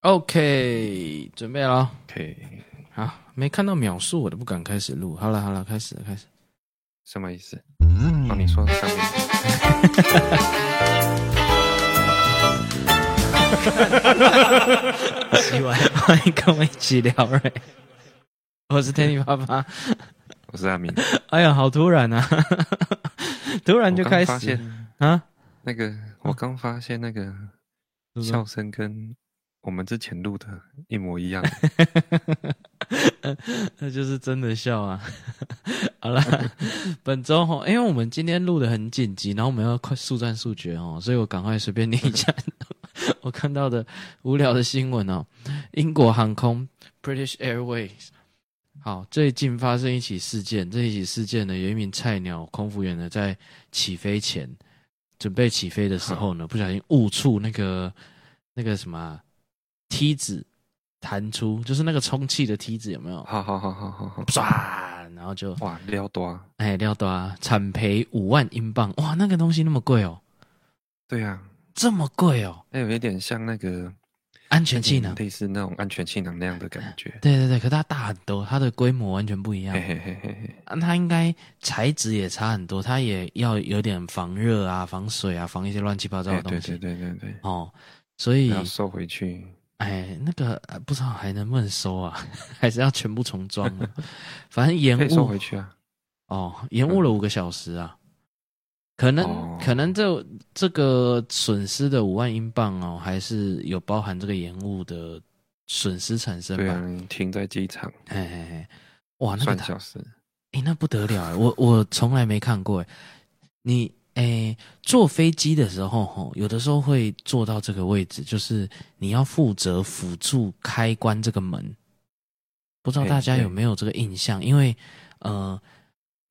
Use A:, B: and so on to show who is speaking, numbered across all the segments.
A: OK，准备了，
B: OK，
A: 好，没看到秒数我都不敢开始录。好了好了，开始了开始。
B: 什么意思？
A: 嗯
B: 哦，你说上面
A: 意外，欢迎跟我一起聊瑞，我是 Tanny 爸爸。
B: 我是 阿明，
A: 哎呀，好突然啊！ 突然就
B: 我刚
A: 开
B: 发
A: 始
B: 现
A: 啊！
B: 那个，我刚发现那个
A: 嗯
B: 笑声跟我们之前录的一模 一样。
A: 那就是真的笑啊！ 好了，本周哈，因为我们今天录的很紧急，然后我们要快速战速决哦，所以我赶快随便念一下我看到的无聊的新闻哦。英国航空 British Airways，好，最近发生一起事件，这一起事件呢，有一名菜鸟空服员呢，在起飞前准备起飞的时候呢，不小心误触那个那个什么啊梯子弹出，就是那个充气的梯子，有没有？
B: 好好好好好好，
A: 唰，然后就
B: 哇，撩多啊！
A: 哎料到啊，惨赔五万英镑，哇，那个东西那么贵哦，
B: 对呀，
A: 这么贵哦，
B: 那有一点像那个
A: 安全气囊，
B: 类似那种安全气囊那样的感 觉。
A: 对对对，可它大很多，它的规模完全不一样
B: 嘿，嘿嘿嘿嘿，
A: 啊它应该材质也差很多，它也要有点防热啊、防水啊、防一些乱七八糟
B: 哎
A: 的东
B: 对对啊
A: 西
B: 对对对，
A: 哦，所以
B: 然后收回去。
A: 哎，那个呃不知道还能不能收啊， 还是要全部重装啊，反正延
B: 可以收
A: 误
B: 回去啊！
A: 哦，延误了五个小时啊，可能、
B: 哦
A: 可能这这个损失的五万英镑哦，还是有包含这个延误的损失产生
B: 对啊，
A: 吧？
B: 你停在机场
A: 哎哎哎，哇，那个
B: 算
A: 太
B: 小时，
A: 哎、那不得了哎，我我从来没看过哎，你哎、坐飞机的时候吼，有的时候会坐到这个位置，就是你要负责辅助开关这个门，不知道
B: 嘿
A: 大家
B: 对
A: 有没有这个印象？因为呃，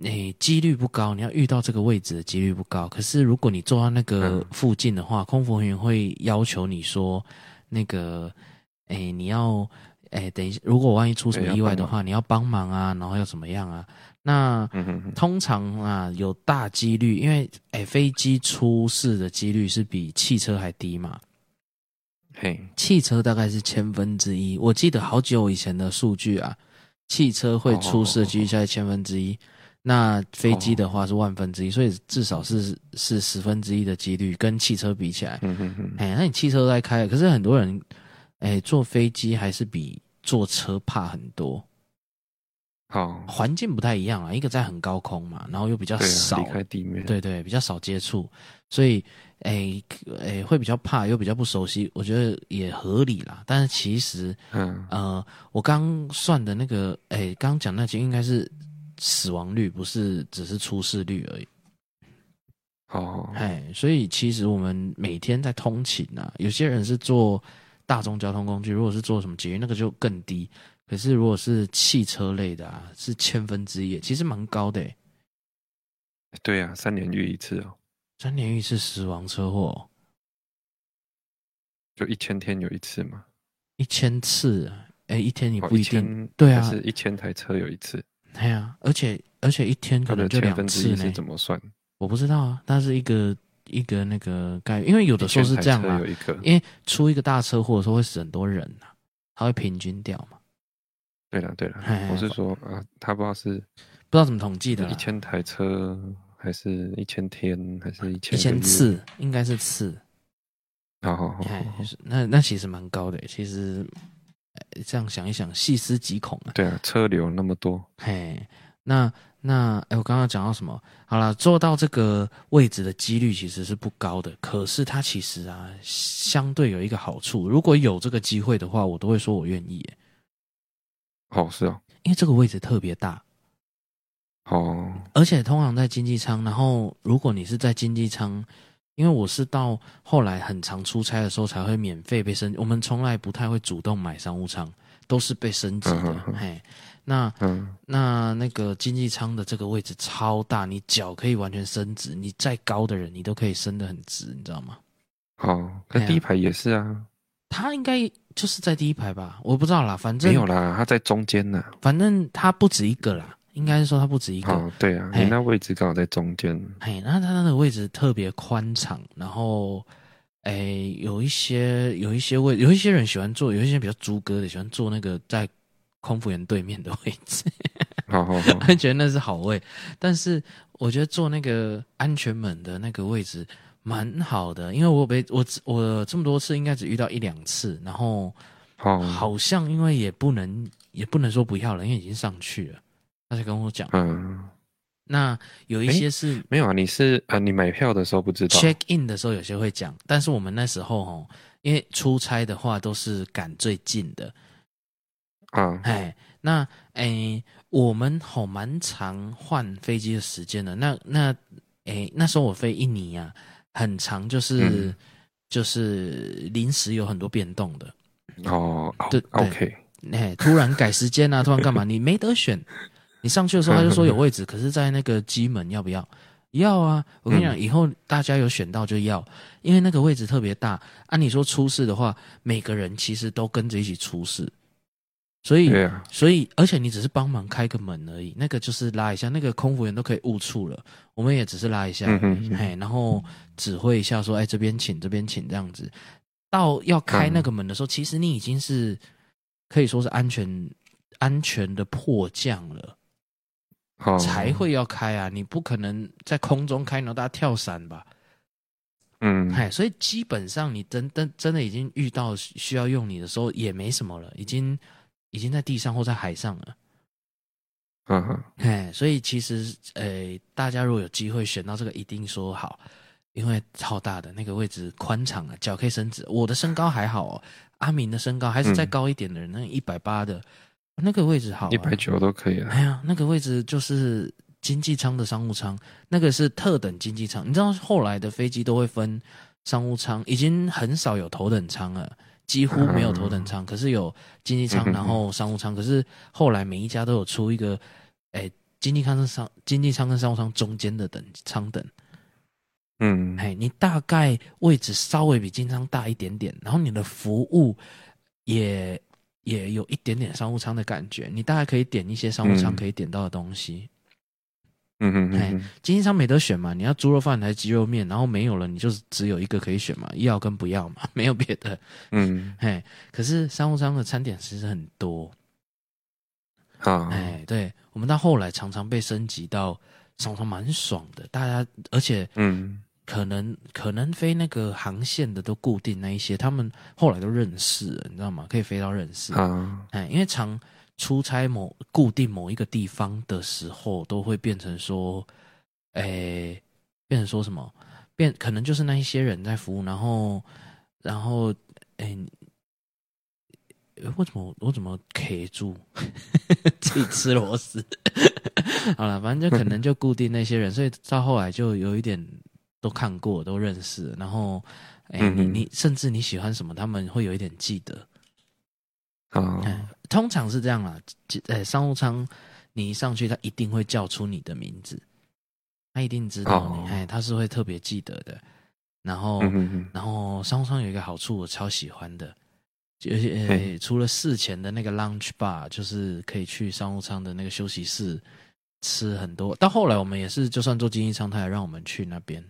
A: 诶、几率不高，你要遇到这个位置的几率不高。可是如果你坐到那个
B: 嗯
A: 附近的话，空服人员会要求你说那个哎、你要哎、等一下，如果万一出什
B: 对
A: 么
B: 要
A: 意外的
B: 帮忙
A: 话，你要帮忙啊，然后要怎么样啊？那
B: 嗯哼哼，
A: 通常啊，有大几率，因为哎、飞机出事的几率是比汽车还低嘛，
B: 嘿，
A: 汽车大概是千分之一。我记得好久以前的数据啊，汽车会出事的几率
B: 哦
A: 在千分之一，那飞机的话是万分之一，所以至少是是十分之一的几率，跟汽车比起来，
B: 嗯哼哼，
A: 哎，那你汽车都在开，可是很多人，哎，坐飞机还是比坐车怕很多，
B: 好，
A: 环境不太一样啊，一个在很高空嘛，然后又比较
B: 对
A: 少，
B: 啊，离开地面，
A: 对对，比较少接触，所以，哎哎，会比较怕，又比较不熟悉，我觉得也合理啦。但是其实，
B: 嗯，
A: 呃，我刚算的那个，哎，刚讲那些应该是死亡率，不是只是出事率而已。
B: 好，
A: 哎，所以其实我们每天在通勤啊，有些人是坐大众交通工具，如果是坐什么捷运，那个就更低。可是如果是汽车类的啊，是千分之一，其实蛮高的欸。
B: 对呀、啊，三年遇一次哦，
A: 三年一次死亡车祸，哦
B: 就一千天有一次嘛。
A: 一千次啊，哎，一天你
B: 哦
A: 不一定，
B: 千
A: 对啊
B: 还是一千台车有一次，
A: 哎呀、而且而且一天可
B: 它
A: 能
B: 的
A: 就
B: 千
A: 两
B: 分之
A: 次
B: 一是
A: 呢，
B: 怎么算？
A: 我不知道啊，但是一个一个那个概率，因为有的时候
B: 一
A: 是
B: 千台
A: 这样
B: 车
A: 啊，
B: 有一个，
A: 因为出一个大车祸的时候会死很多人啊，它会平均掉嘛，
B: 对了对了
A: 哎，
B: 我是说啊，他不知道是
A: 不知道怎么统计的啦啊
B: 一。千台车，还是一千天，还是一千
A: 啊一
B: 哦
A: 千
B: 次？
A: 次应该是次，
B: 好好好，
A: 哎
B: 好好，
A: 是那那其实蛮高的耶。其实呃这样想一想，细思极恐啊。
B: 对啊，车流那么多，
A: 嘿，那那哎，我刚刚讲到什么？好啦，坐到这个位置的几率其实是不高的，可是它其实啊，相对有一个好处。如果有这个机会的话，我都会说我愿意耶，
B: 哦是哦，
A: 因为这个位置特别大。
B: 哦
A: 而且通常在经济舱，然后如果你是在经济舱，因为我是到后来很常出差的时候才会免费被升，我们从来不太会主动买商务舱，都是被升级
B: 嗯
A: 的
B: 嗯。嗯
A: 嘿，那
B: 嗯，
A: 那那个经济舱的这个位置超大，你脚可以完全伸直，你再高的人你都可以伸得很直，你知道吗？
B: 好，
A: 哎呀
B: 那哦第一排也是啊，
A: 他应该就是在第一排吧，我不知道啦，反
B: 没有
A: 正
B: 啦，它在中间呐，
A: 反正他不止一个啦，应该是说他不止一个。
B: 哦对啊，
A: 哎
B: 你那位置刚好在中间，
A: 嘿，那它那个位置特别宽敞，然后哎、有一些有一些位，有一些人喜欢坐，有一些比较猪哥的喜欢坐那个在空服员对面的位置，
B: 好好 好，
A: 他觉得那是好位。但是我觉得坐那个安全门的那个位置蛮好的，因为我被我我这么多次应该只遇到一两次，然后
B: 好，
A: 好像因为也不能也不能说不要了，因为已经上去了，他才跟我讲。
B: 嗯，
A: 那有一
B: 诶
A: 些是
B: 没有啊，你是啊，你买票的时候不知道
A: check in 的时候有些会讲，但是我们那时候哦，因为出差的话都是赶最近的，
B: 啊？
A: 哎，那哎，我们好蛮常换飞机的时间的。那那哎，那时候我飞印尼啊，很长，就是、
B: 嗯
A: 就是临时有很多变动的，
B: 哦，好
A: 对对
B: ，OK，
A: 哎，突然改时间啊，突然干嘛？你没得选。你上去的时候他就说有位置，可是，在那个机门要不要？要啊！我跟你讲，
B: 嗯
A: 以后大家有选到就要，因为那个位置特别大。按、理说出事的话，每个人其实都跟着一起出事，所以
B: 对啊，
A: 所以，而且你只是帮忙开个门而已，那个就是拉一下，那个空服员都可以误触了，我们也只是拉一下，
B: 嗯哼，
A: 哎，然后指挥一下说，哎，这边请，这边请，这样子。到要开那个门的时候，其实你已经是可以说是安全安全的迫降了，
B: 好，
A: 才会要开啊！你不可能在空中开，然后大家跳伞吧？
B: 嗯，
A: 哎，所以基本上你真真真的已经遇到需要用你的时候，也没什么了，已经已经在地上或在海上了。
B: 嗯，
A: 哎，所以其实呃，大家如果有机会选到这个，一定说好，因为超大的那个位置宽敞啊，脚可以伸直。我的身高还好哦，阿明的身高还是再
B: 嗯
A: 高一点的人，那一百八的那个位置好、啊，
B: 一百。九都可以了。
A: 哎呀，那个位置就是经济舱的商务舱，那个是特等经济舱。你知道后来的飞机都会分商务舱，已经很少有头等舱了，几乎没有头等舱，可是有经济舱，
B: 嗯嗯哼哼
A: 然后商务舱。可是后来每一家都有出一个，哎，经济舱跟商经济舱跟商务舱中间的等舱等，
B: 嗯，
A: 哎，你大概位置稍微比经济舱大一点点，然后你的服务也。也有一点点商务舱的感觉，你大概可以点一些商务舱
B: 嗯
A: 可以点到的东西，
B: 嗯哼
A: 哎
B: 嗯
A: 经济舱没得选嘛，你要猪肉饭还是鸡肉面，然后没有了，你就只有一个可以选嘛，要跟不要嘛， 没有别的。
B: 嗯，
A: 嘿，可是商务舱的餐点其实很多，
B: 好，
A: 哎，对我们到后来常常被升级到商务舱蛮爽的，大家而且
B: 嗯，
A: 可能可能飞那个航线的都固定那一些，他们后来都认识了，你知道吗？可以飞到认识，
B: 好，
A: 哎，因为常出差某固定某一个地方的时候，都会变成说，哎，变成说什么？变可能就是那一些人在服务，然后，然后，哎，呃我怎么我怎么 K 住？ 自己吃螺丝。好了，反正就可能就固定那些人，所以到后来就有一点都看过，都认识了，然后，哎，你
B: 嗯哼
A: 你甚至你喜欢什么，他们会有一点记得。
B: 好，
A: 哎通常是这样啦，呃，商务舱你一上去，他一定会叫出你的名字，他一定知道
B: 哦
A: 你，哎、他是会特别记得的。然后，
B: 嗯哼
A: 然后商务舱有一个好处，我超喜欢的，就是、呃
B: 嘿、
A: 除了事前的那个 lunch bar，就是可以去商务舱的那个休息室吃很多。到后来我们也是，就算坐经济舱，他也让我们去那边，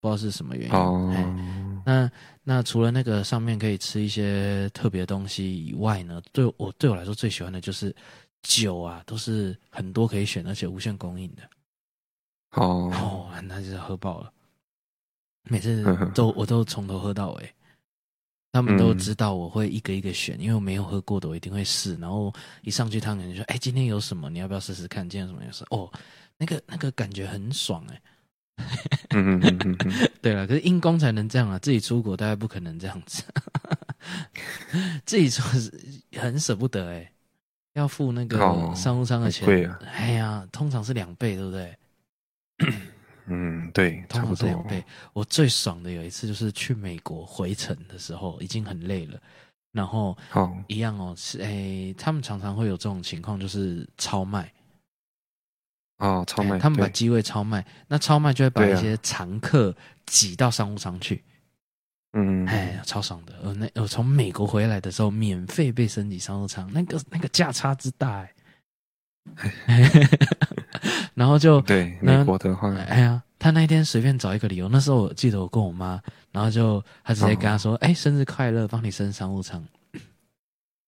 A: 不知道是什么原因。哎
B: 哦，
A: 那那除了那个上面可以吃一些特别的东西以外呢，对我对我来说最喜欢的就是酒啊，都是很多可以选，而且无限供应的。
B: 好，
A: 哦，那就是喝爆了，每次
B: 呵呵
A: 都我都从头喝到尾。他们都
B: 嗯
A: 知道我会一个一个选，因为我没有喝过的我一定会试。然后一上去，他们就说：“哎、今天有什么？你要不要试试看？今天有什么？”有什么？哦，那个那个感觉很爽哎、
B: 嗯哼嗯哼，
A: 对了，可是因公才能这样啊，自己出国大概不可能这样子， 自己出很舍不得哎、要付那个
B: 哦
A: 商务舱的
B: 很
A: 钱，
B: 贵啊，
A: 哎呀，通常是两倍，对不对？
B: 嗯，对，
A: 通
B: 差
A: 常
B: 不
A: 是两
B: 多，
A: 倍。我最爽的有一次就是去美国回程的时候，已经很累了，然后
B: 好，
A: 一样哦，是哎，他们常常会有这种情况，就是超卖，
B: 哦，超卖，
A: 哎他们把
B: 对
A: 机位超卖，那超卖就会把
B: 对
A: 一
B: 啊
A: 些常客挤到商务舱去。
B: 嗯，
A: 哎，超爽的！我那我从美国回来的时候，免费被升级商务舱，那个那个价差之大、哎，然后就
B: 对，
A: 那
B: 美国的话，
A: 哎呀，他那一天随便找一个理由，那时候我记得我跟我妈，然后就他直接跟他说：“哎、生日快乐，帮你升商务舱。”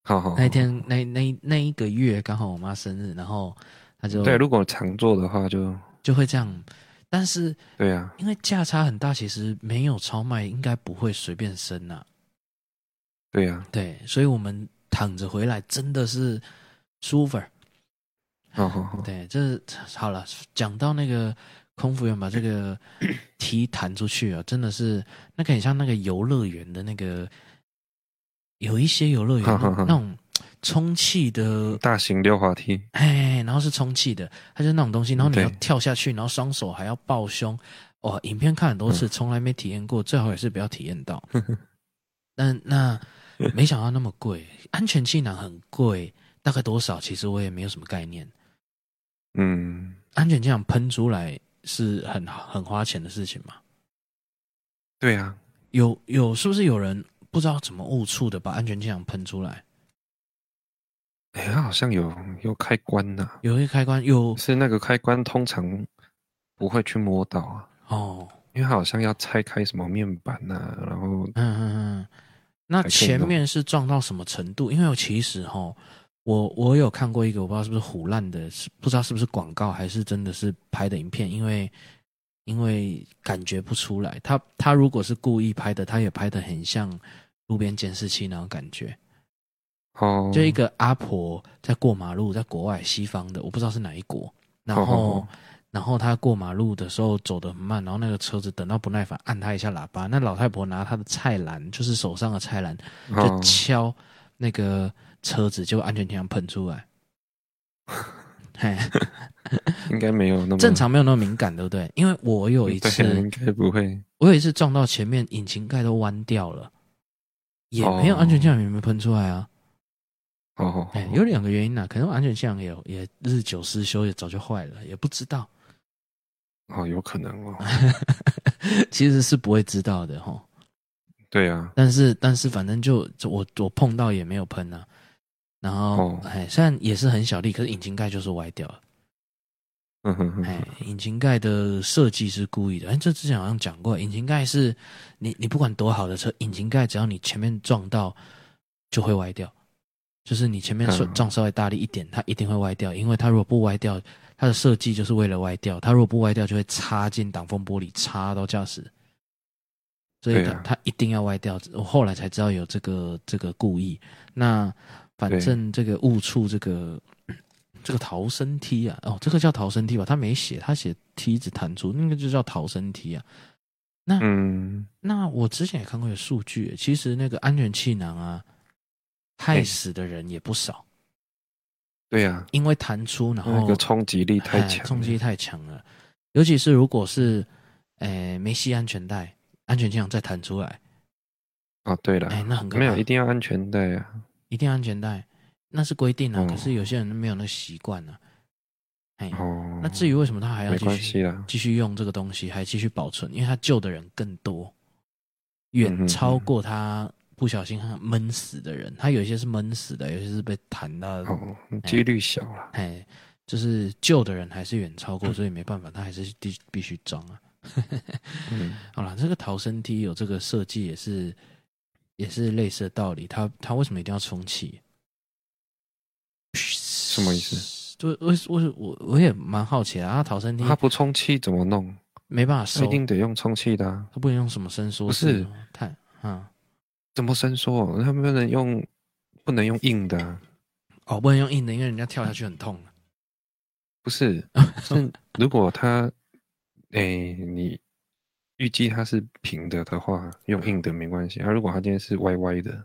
B: 好好，
A: 那一天那那那一个月刚好我妈生日，然后他就
B: 对，如果常做的话就
A: 就会这样。但是
B: 对啊，
A: 因为价差很大，其实没有超卖，应该不会随便升啊呐、
B: 对啊，
A: 对，所以我们躺着回来真的是舒服。
B: 好好好，
A: 对，这好了。讲到那个空服员把这个题弹出去啊，真的是那个很像那个游乐园的那个，有一些游乐园那种充气的，
B: 大型溜滑梯，
A: 哎，然后是充气的，它就是那种东西，然后你要
B: 对
A: 跳下去，然后双手还要抱胸。哇，影片看很多次，从来没体验过，最好也是不要体验到。但那没想到那么贵，安全气囊很贵，大概多少？其实我也没有什么概念。
B: 嗯，
A: 安全气囊喷出来是很很花钱的事情嘛？
B: 对啊，
A: 有有是不是有人不知道怎么误触的把安全气囊喷出来？
B: 哎，它好像有有开关呐、
A: 有一个开关有
B: 是那个开关通常不会去摸到啊，
A: 哦，
B: 因为它好像要拆开什么面板呐、然后
A: 嗯嗯嗯。那
B: 还可以
A: 前面是撞到什么程度？因为我其实哈，我我有看过一个，我不知道是不是胡烂的，是不知道是不是广告还是真的是拍的影片，因为因为感觉不出来。他他如果是故意拍的，他也拍的很像路边监视器那种感觉。
B: 哦，
A: 就一个阿婆在过马路，在国外西方的，我不知道是哪一国。然
B: 好好
A: 后，
B: 好
A: 然后她过马路的时候走得很慢，然后那个车子等到不耐烦，按她一下喇叭。那老太婆拿她的菜篮，就是手上的菜篮，就
B: 哦
A: 敲那个车子，就安全气囊喷出 来。嘿，
B: 嗯应该没有那么
A: 正，常没有那么敏感，对不对？因为我有一
B: 对
A: 次，
B: 应该不会，
A: 我有一次撞到前面引擎盖都弯掉了，也没有
B: 哦
A: 安全气囊也没喷出来啊。
B: 哦哦，
A: 哎、有两个原因呐、可能我安全气囊也有也日久失修，也早就坏了，也不知道，
B: 哦，有可能哦，
A: 其实是不会知道的哈。
B: 对啊，
A: 但是但是反正就就我我碰到也没有喷啊，然后
B: 哦
A: 哎、虽然也是很小力，可是引擎盖就是歪掉了。
B: 嗯哼哼
A: 哎、
B: 哼，
A: 引擎盖的设计是故意的，哎、这之前好像讲过，引擎盖是你你不管多好的车，引擎盖只要你前面撞到就会歪掉，就是你前面
B: 嗯
A: 稍撞稍微大力一点，它一定会歪掉，因为它如果不歪掉，它的设计就是为了歪掉，它如果不歪掉就会插进挡风玻璃，插到驾驶，所以它、
B: 对啊
A: 它一定要歪掉。我后来才知道有这个这个故意，那反
B: 对
A: 正这个误触这个 这个逃生梯啊，哦，这个叫逃生梯吧？他没写，他写梯子弹出，那个就叫逃生梯啊。
B: 嗯，
A: 那我之前也看过有数据，其实那个安全气囊啊，害
B: 哎
A: 死的人也不少，
B: 对啊，
A: 因为弹出然
B: 那
A: 后
B: 个冲击力太
A: 哎
B: 强了，
A: 冲击力太强了，尤其是如果是诶没系安全带，安全气囊再弹出来，
B: 哦，对了，
A: 哎，那很可怕。
B: 没有一定要安全带啊，
A: 一定安全带，那是规定啊。
B: 嗯
A: 可是有些人没有那个习惯啊。哎，
B: 哦，
A: 那至于为什么他还要
B: 没
A: 继
B: 关
A: 续
B: 系啦，
A: 继续用这个东西，还继续保存，因为他救的人更多，远
B: 嗯嗯
A: 超过他不小心他闷死的人。他有一些是闷死的，有些是被弹到，
B: 哦，几率小啦，
A: 哎，就是救的人还是远超过，所以没办法，他还是必必须装啊。
B: 嗯，
A: 好啦，这个逃生梯有这个设计也是也是类似的道理。它它为什么一定要充气？什
B: 么意思？
A: 就为为我我也蛮好奇的啊，逃生梯
B: 嗯它不充气怎么弄？
A: 没办法
B: 它一
A: 收，啊
B: 定得用充气的啊。
A: 它不能用什么伸缩
B: 不
A: 式
B: 是
A: 吗碳啊、
B: 怎么伸缩？它不能用，不能用硬的、啊，
A: 哦，不能用硬的，因为人家跳下去很痛。
B: 不是？是如果它，哎、你预计它是平的的话，用硬的没关系。啊，如果它今天是歪歪的，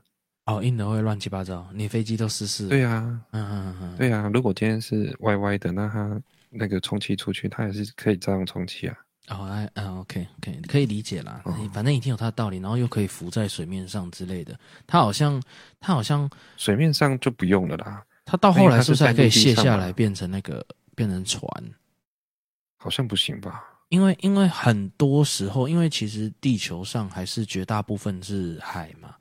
A: 哦，硬的会乱七八糟，你飞机都失事。
B: 对啊，
A: 嗯，嗯嗯嗯，
B: 对啊。如果今天是歪歪的，那它那个充气出去，它也是可以照样充气啊。
A: 哦，哎，嗯，OK，可以可以理解啦，
B: 哦
A: 反正一定有它的道理，然后又可以浮在水面上之类的。它好像，它好像
B: 水面上就不用了啦，
A: 它到后来是不是还可以
B: 所以
A: 卸
B: 它是在
A: 下
B: 陆地上
A: 来
B: 吗
A: 变成那个变成船？
B: 好像不行吧？
A: 因为因为很多时候，因为其实地球上还是绝大部分是海嘛，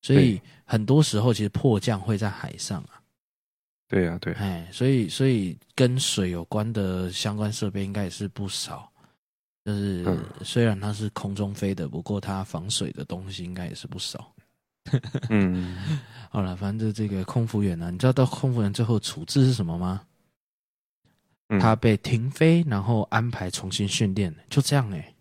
A: 所以
B: 对
A: 很多时候其实迫降会在海上啊，
B: 对啊，对啊，
A: 哎，所以所以跟水有关的相关设备应该也是不少。就是、
B: 嗯
A: 虽然它是空中飞的，不过它防水的东西应该也是不少。
B: 嗯，
A: 好了，反正就这个空服员呢、啊，你知道到空服员最后处置是什么吗？
B: 嗯
A: 他被停飞，然后安排重新训练，就这样哎、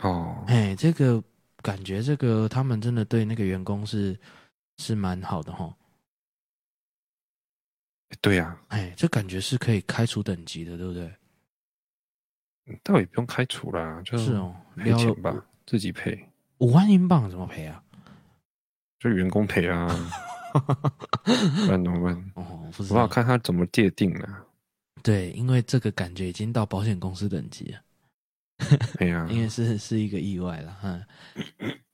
B: 哦，
A: 哎，这个感觉，这个他们真的对那个员工是是蛮好的哈。
B: 对啊呀、
A: 哎，这感觉是可以开除等级的，对不对？
B: 倒也不用开除啦，就是
A: 哦，
B: 嗯赔
A: 撩了
B: 钱吧，自己赔，
A: 五五万英镑怎么赔啊？
B: 就员工 赔啊，不然怎么办？
A: 哦，我不知
B: 我要
A: 道。
B: 看他怎么界定啊啦。
A: 对，因为这个感觉已经到保险公司等级了，
B: 哎呀，
A: 因为是是一个意外了。哈，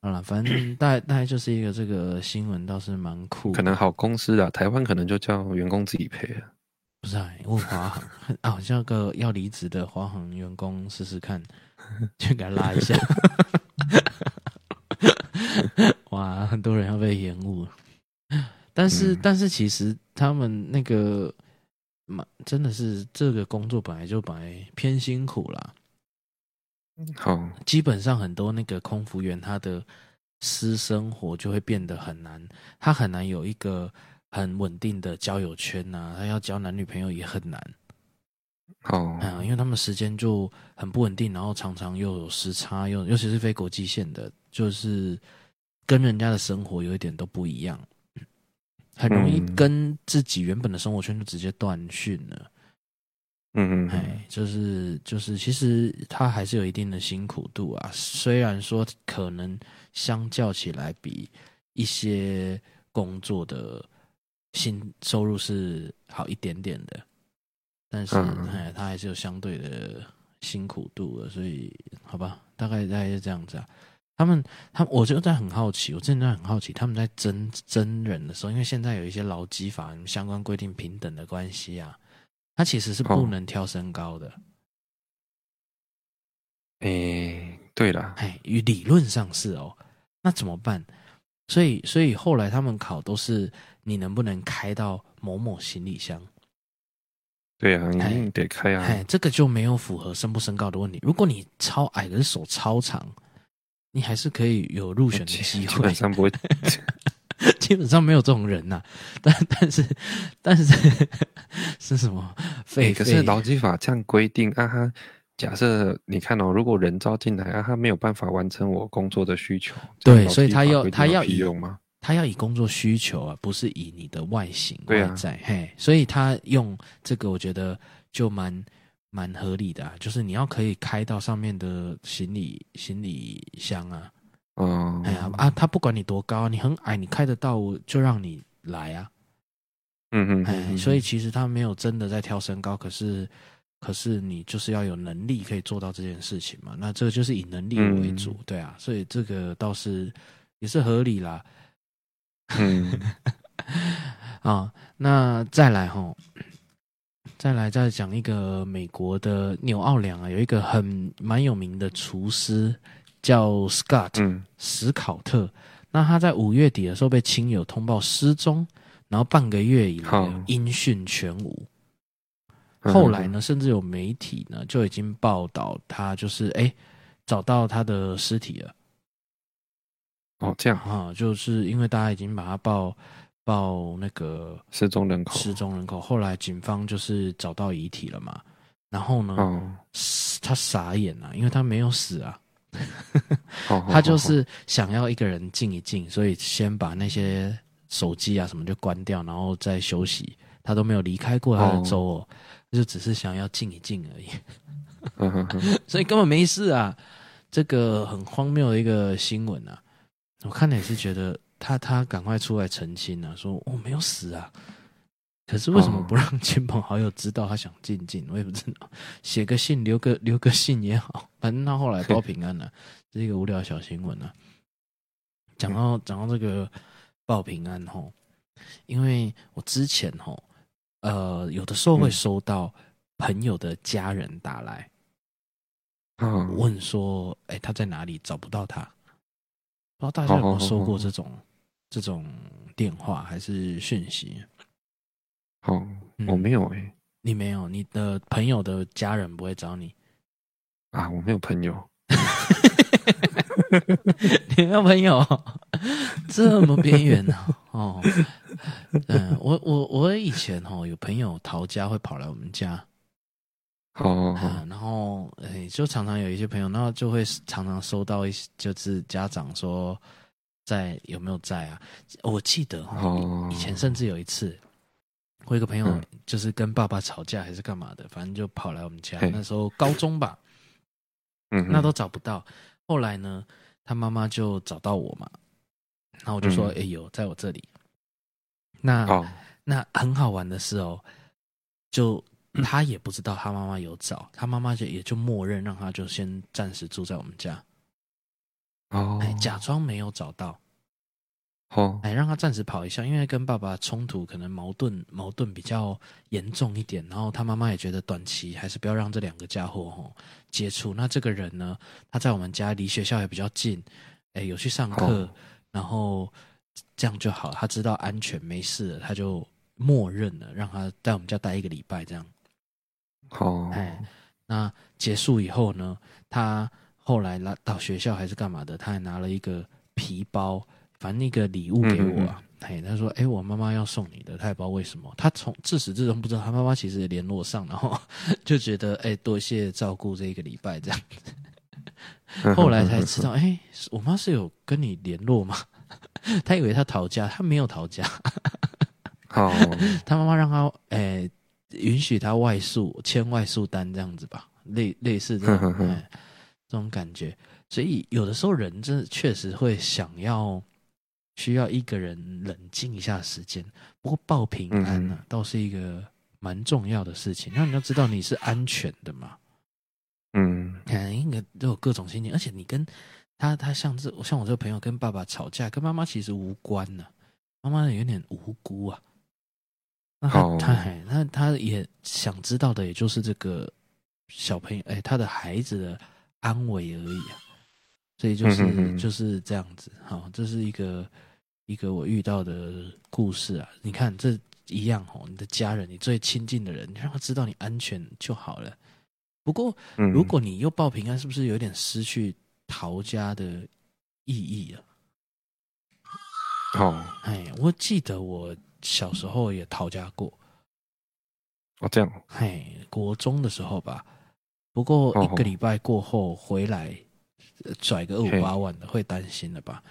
A: 好了，反正大大概就是一个这个新闻，倒是蛮酷的。
B: 可能好公司啊，台湾可能就叫员工自己赔啊。
A: 不是啊，问华航啊，好像有个要离职的华航员工试试看，去给他拉一下。 哇，很多人要被延误了。但是，
B: 嗯
A: 但是其实他们那个，嘛，真的是这个工作本来就本来偏辛苦啦。
B: 好，
A: 基本上很多那个空服员，他的私生活就会变得很难，他很难有一个很稳定的交友圈呐、他要交男女朋友也很难。
B: 好，
A: 嗯，因为他们时间就很不稳定，然后常常又有时差，又尤其是非国际线的，就是跟人家的生活有一点都不一样，很容易
B: 嗯
A: 跟自己原本的生活圈就直接断讯了。
B: 嗯嗯
A: 哎、
B: 嗯，
A: 就是就是，其实他还是有一定的辛苦度啊。虽然说可能相较起来，比一些工作的薪收入是好一点点的，但是
B: 嗯
A: 哎、他还是有相对的辛苦度的。所以，好吧，大概大概是这样子啊。他们，他我就在很好奇，我真的在很好奇，他们在真真人的时候，因为现在有一些劳基法相关规定平等的关系啊，他其实是不
B: 哦
A: 能挑身高的，
B: 哎，对啦，
A: 哎、与理论上是哦，那怎么办？所以，所以后来他们考都是你能不能开到某某行李箱，
B: 对啊呀，你
A: 哎
B: 一定得开
A: 哎、
B: 啊。
A: 这个就没有符合身不身高的问题。如果你超矮，可是手超长，你还是可以有入选 的
B: 基
A: 机
B: 基
A: 会
B: 本。上不会，
A: 基本上没有这种人呐、 但但是但是是什么？狒
B: 哎
A: 狒？
B: 可是劳基法这样规定啊，他假设你看哦，如果人招进来啊，他没有办法完成我工作的需求，这
A: 对
B: 劳
A: 所以
B: 基
A: 他
B: 法
A: 要
B: 规定
A: 他
B: 有
A: 要
B: 屁
A: 以
B: 用吗？
A: 他要以工作需求啊，不是以你的外形
B: 对
A: 外
B: 啊
A: 在，嘿，所以他用这个，我觉得就蛮蛮合理的、啊，就是你要可以开到上面的行李行李箱啊，
B: 哦，
A: 哎呀啊，他不管你多高，你很矮，你开得到，我就让你来啊，
B: 嗯嗯嗯
A: 哎，
B: 嗯，
A: 所以其实他没有真的在挑身高，可是可是你就是要有能力可以做到这件事情嘛。那这个就是以能力
B: 嗯
A: 为主，对啊，所以这个倒是也是合理啦
B: 嗯，
A: 啊。那再来哈，再来再讲一个美国的纽奥良啊，有一个很蛮有名的厨师叫 Scott，
B: 嗯
A: 史考特。那他在五月底的时候被亲友通报失踪，然后半个月以来
B: 好
A: 音讯全无。
B: 嗯，
A: 后来呢，甚至有媒体呢就已经报道他就是哎、诶找到他的尸体了
B: 哦，这样
A: 啊，就是因为大家已经把他报报那个
B: 失踪人口
A: 失踪人口，后来警方就是找到遗体了嘛。然后呢，
B: 哦，
A: 他傻眼了、因为他没有死啊，
B: 哦
A: 他就是想要一个人静一静，所以先把那些手机啊什么就关掉，然后再休息。他都没有离开过他的州哦，就只是想要静一静而已，
B: 嗯嗯嗯
A: 所以根本没事啊。这个很荒谬的一个新闻啊，我看了也是觉得他他赶快出来澄清啊，说我、没有死啊。可是为什么
B: 哦
A: 不让亲朋好友知道他想静静？我也不知道，写个信留个留个信也好，反正他后来报平安了、这是一个无聊的小新闻啊。讲到讲到这个报平安吼，因为我之前吼，呃，有的时候会
B: 嗯
A: 收到朋友的家人打来、
B: 哦
A: 问说，哎、他在哪里？找不到他。不知道大家有没有收过这
B: 哦
A: 种这种电话还是讯息？
B: 好，
A: 嗯
B: 我没有哎，
A: 你没有，你的朋友的家人不会找你。
B: 啊，我没有朋友，
A: 你没有朋友 哦这么边缘呢？ 哦，嗯，我我我以前哦有朋友逃家会跑来我们家，
B: 哦，
A: 啊，然后诶、就常常有一些朋友，然后就会常常收到一些，就是家长说在有没有在啊？我记得
B: 哦，
A: 哈、
B: 哦
A: 以前甚至有一次，我有一个朋友
B: 嗯
A: 就是跟爸爸吵架还是干嘛的，反正就跑来我们家。
B: 嘿
A: 那时候高中吧，
B: 嗯哼
A: 那都找不到。后来呢，他妈妈就找到我嘛，然后我就说：“哎、
B: 嗯
A: 有在我这里。”那
B: 哦，
A: 那很好玩的是哦，就
B: 嗯
A: 他也不知道他妈妈有找，他妈妈就也就默认让他就先暂时住在我们家，
B: 哦
A: 哎，，假装没有找到，
B: 哦，
A: 哎，让他暂时跑一下，因为跟爸爸冲突可能矛盾矛盾比较严重一点，然后他妈妈也觉得短期还是不要让这两个家伙哦接触。那这个人呢，他在我们家离学校也比较近，哎，有去上课，
B: 哦
A: 然后这样就好，他知道安全没事了，他就默认了，让他在我们家待一个礼拜这样。
B: 哦，
A: 哎，那结束以后呢，他后来来到学校还是干嘛的，他还拿了一个皮包，反正一个礼物给我啊。嘿，他说：“哎、我妈妈要送你的，他也不知道为什么。他从自始至终不知道，他妈妈其实也联络上，然后 就觉得哎、多谢照顾这一个礼拜这样。
B: 嗯
A: 后来才知道，哎、我妈是有跟你联络吗？ 他以为他逃家，他没有逃家，
B: 哦，
A: 他妈妈让他诶、允许他外宿签外宿单这样子吧，类类似这种
B: 哼、哼哼
A: 哎这种感觉。所以有的时候人真的确实会想要需要一个人冷静一下时间。不过报平安呢、
B: 嗯
A: 倒是一个蛮重要的事情，让你要知道你是安全的嘛。
B: 嗯，
A: 嗯，应该都有各种心情，而且你跟他，他像这像我这个朋友跟爸爸吵架，跟妈妈其实无关呢、妈妈有点无辜啊。那他、
B: 哦
A: 他还那他也想知道的，也就是这个小朋友，哎，他的孩子的安危而已啊。所以就是、
B: 嗯哼哼
A: 就是这样子，好，这是一个一个我遇到的故事啊。你看这一样哦，你的家人，你最亲近的人，你让他知道你安全就好了。不过
B: 嗯
A: 如果你又报平安，是不是有点失去逃家的意义啊？
B: 哦，
A: 哎，我记得我小时候也逃家过，
B: 哦这样，
A: 哎，国中的时候吧。不过
B: 哦
A: 一个礼拜过后回来，呃拽个二
B: 嘿
A: 五八万的，会担心了吧？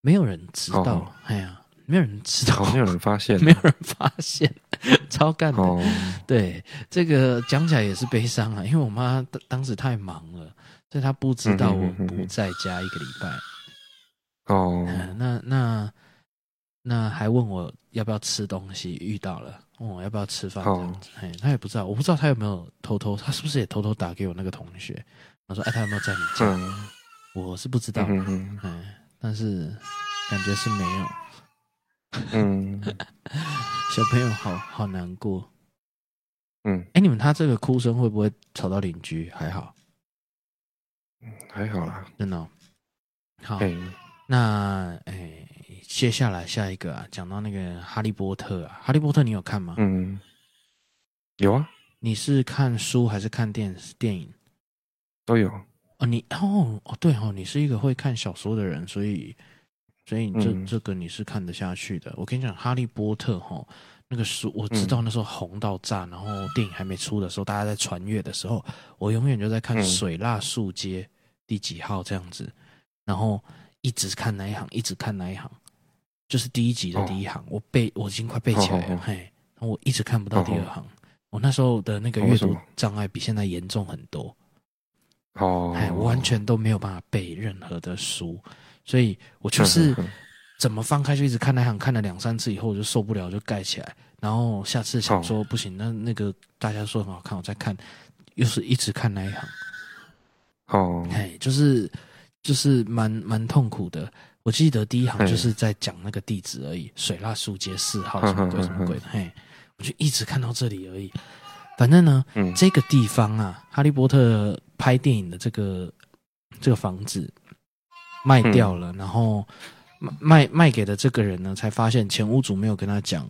A: 没有人知道
B: 哦，
A: 哎呀，没有人知道，
B: 哦，没有人发 现
A: 没有人发现， 超干的。
B: 哦，
A: 对，这个讲起来也是悲伤啊，因为我妈当当时太忙了，所以她不知道我
B: 嗯哼哼哼
A: 不在家一个礼拜。
B: 哦，
A: 嗯，那那那还问我要不要吃东西，遇到了问我要不要吃饭这
B: 哦
A: 样子，哎、他也不知道，我不知道他有没有偷偷，他是不是也偷偷打给我那个同学？我说，哎、他有没有在你家？
B: 嗯，
A: 我是不知道，哎、
B: 嗯嗯
A: 但是感觉是没有。
B: 嗯
A: 小朋友好好难过。
B: 嗯，
A: 哎、你们他这个哭声会不会吵到邻居？还好，
B: 还好啦，
A: 真的哦、好，
B: 哎，
A: 那哎、接下来下一个啊，讲到那个《哈利波特》啊，《哈利波特》你有看吗？
B: 嗯，有啊，
A: 你是看书还是看电视电影？
B: 都有，
A: 哦，你哦哦对哦，你是一个会看小说的人，所以所以这、
B: 嗯
A: 这个你是看得下去的。我跟你讲，《哈利波特》哈，那个书我知
B: 嗯
A: 道那时候红到炸，然后电影还没出的时候，大家在传阅的时候，我永远就在看
B: 嗯
A: 水蜡树街第几号这样子，然后一直看那一行，一直看那一行，就是第一集的
B: 哦
A: 第一行，我背我已经快背起来了，
B: 哦哦哦
A: 嘿，然后我一直看不到第二行。我那时候的那个
B: 哦为
A: 阅
B: 什
A: 读
B: 么
A: 障碍比现在严重很多，
B: 哦，
A: 哎，我完全都没有办法背任何的书，所以我就是
B: 嗯嗯嗯
A: 怎么翻开就一直看那行，看了两三次以后我就受不了，就盖起来。然后下次想说不行，那那个大家说很好看，我再看，又是一直看那一行，
B: 哦，
A: 哎，就是就是蛮蛮痛苦的。我记得第一行
B: 嗯
A: 就是在讲那个地址而已，水蜡树街四号什 么鬼什么鬼的，嘿，我就一直看到这里而已。反正呢，
B: 嗯，
A: 这个地方啊，《哈利波特》拍电影的这个这个房子卖掉了，
B: 嗯
A: 然后卖卖卖给的这个人呢，才发现前屋主没有跟他讲，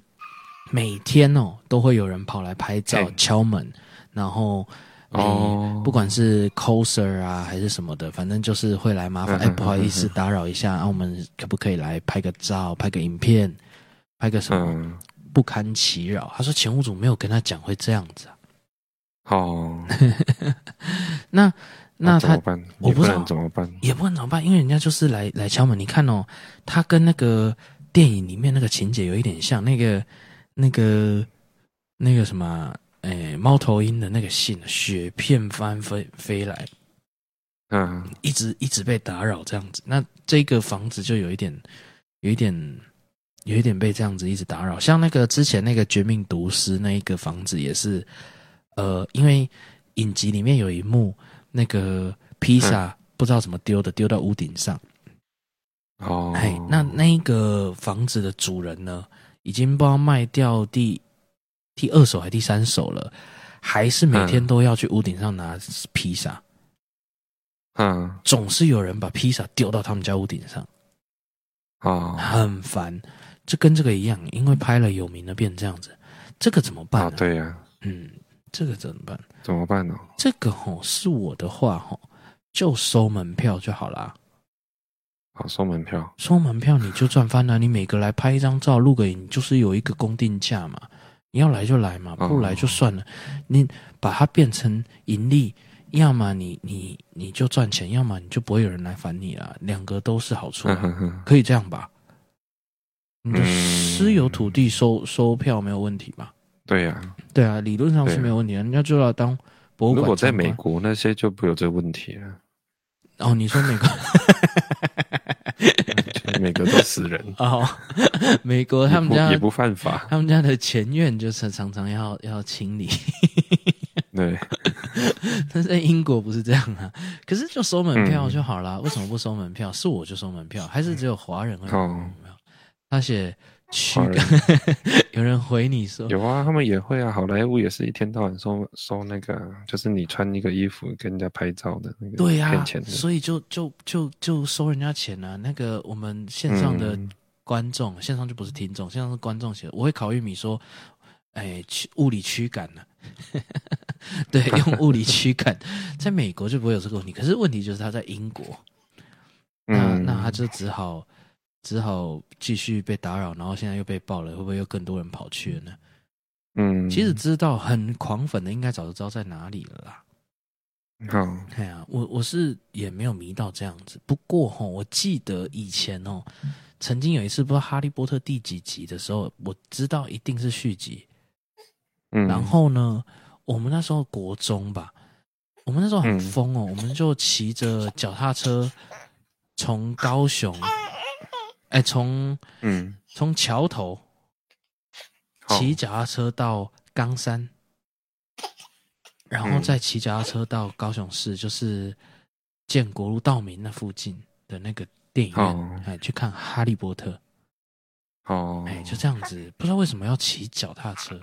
A: 每天哦都会有人跑来拍照、
B: 嘿
A: 敲门，然后
B: 哦，
A: 不管是 coser 啊还是什么的，反正就是会来麻烦，
B: 嗯
A: 哎、
B: 嗯
A: 不好意思
B: 嗯
A: 打扰一下，啊，我们可不可以来拍个照、拍个影片、拍个什么？
B: 嗯，
A: 不堪其扰。他说前屋主没有跟他讲会这样子啊，
B: 哦，
A: 那 那
B: 怎么
A: 他
B: 办？
A: 我
B: 也
A: 不
B: 不
A: 知道
B: 能怎么办？
A: 也不能怎么办，因为人家就是来来敲门。你看哦，他跟那个电影里面那个情节有一点像，那个那个那个什么啊，哎，猫头鹰的那个信，雪片翻飞飞来，
B: 嗯，
A: 一直一直被打扰这样子。那这个房子就有一点，有一点，有一点被这样子一直打扰。像那个之前那个《绝命毒师》那一个房子也是，呃，因为影集里面有一幕，那个披
B: 嗯
A: 萨不知道怎么丢的，丢到屋顶上。
B: 哦，
A: 哎、那那一个房子的主人呢，已经不知道卖掉第第二手还第三手了，还是每天
B: 嗯
A: 都要去屋顶上拿披萨。
B: 嗯，
A: 总是有人把披萨丢到他们家屋顶上，
B: 哦，
A: 很烦。这跟这个一样，因为拍了有名的变这样子，这个怎么办、
B: 啊，
A: 呢？
B: 对呀，
A: 嗯，这个怎么办？
B: 怎么办呢？
A: 这个吼是我的话吼，就收门票就好啦。
B: 好，收门票，
A: 收门票你就赚翻了，你每个来拍一张照、录个影，就是有一个公定价嘛。你要来就来嘛，
B: 哦
A: 不来就算了。你把它变成盈利，要么你你你就赚钱，要么你就不会有人来烦你啦。两个都是好处啊、
B: 嗯哼哼，
A: 可以这样吧？你的
B: 嗯
A: 私有土地收收票没有问题吧？
B: 对呀。
A: 对啊，理论上是
B: 对啊
A: 没有问题的，人家就要当博物
B: 如
A: 馆参观。
B: 果在美国，那些就不有这个问题 了，
A: 哦，你说美国，
B: 就每个都死人
A: 哦，美国 他们
B: 也不
A: 家
B: 也不犯法，
A: 他们家的前院就是常常要要清理，
B: 对，
A: 嗯但是在英国不是这样啊。可是就收门票
B: 嗯
A: 就好啦，为什么不收门票？是我就收门票，还是只有华人会收
B: 哦
A: 门票？他写去
B: 华，人
A: 有人回你说
B: 有啊，他们也会啊，好莱坞也是一天到晚收收那个啊，就是你穿一个衣服跟人家拍照的那个，
A: 对呀、
B: 骗钱的，
A: 所以就就就就收人家钱啊。那个我们线上的
B: 嗯
A: 观众，线上就不是听众，线上是观众写的。我会考玉米说，哎，驱物理驱赶呢、 对，用物理驱赶，在美国就不会有这个问题。可是问题就是他在英国，那、
B: 嗯，
A: 那他就只好只好继续被打扰，然后现在又被爆了，会不会又更多人跑去了呢？
B: 嗯，
A: 其实知道很狂粉的，应该早就知道在哪里了啦。
B: 嗯好，
A: 哎呀，我我是也没有迷到这样子。不过吼，我记得以前哦，曾经有一次不知道《哈利波特》第几集的时候，我知道一定是续集。
B: 嗯，
A: 然后呢，我们那时候国中吧，我们那时候很疯哦，我们就骑着脚踏车从高雄，哎，从
B: 嗯，
A: 从桥头
B: 好
A: 骑脚踏车到冈山，然后
B: 嗯
A: 再骑脚踏车到高雄市，就是建国路道明那附近的那个电影
B: 哦
A: 院，哎，去看《哈利波特》。
B: 哦，
A: 哎，就这样子，不知道为什么要骑脚踏车？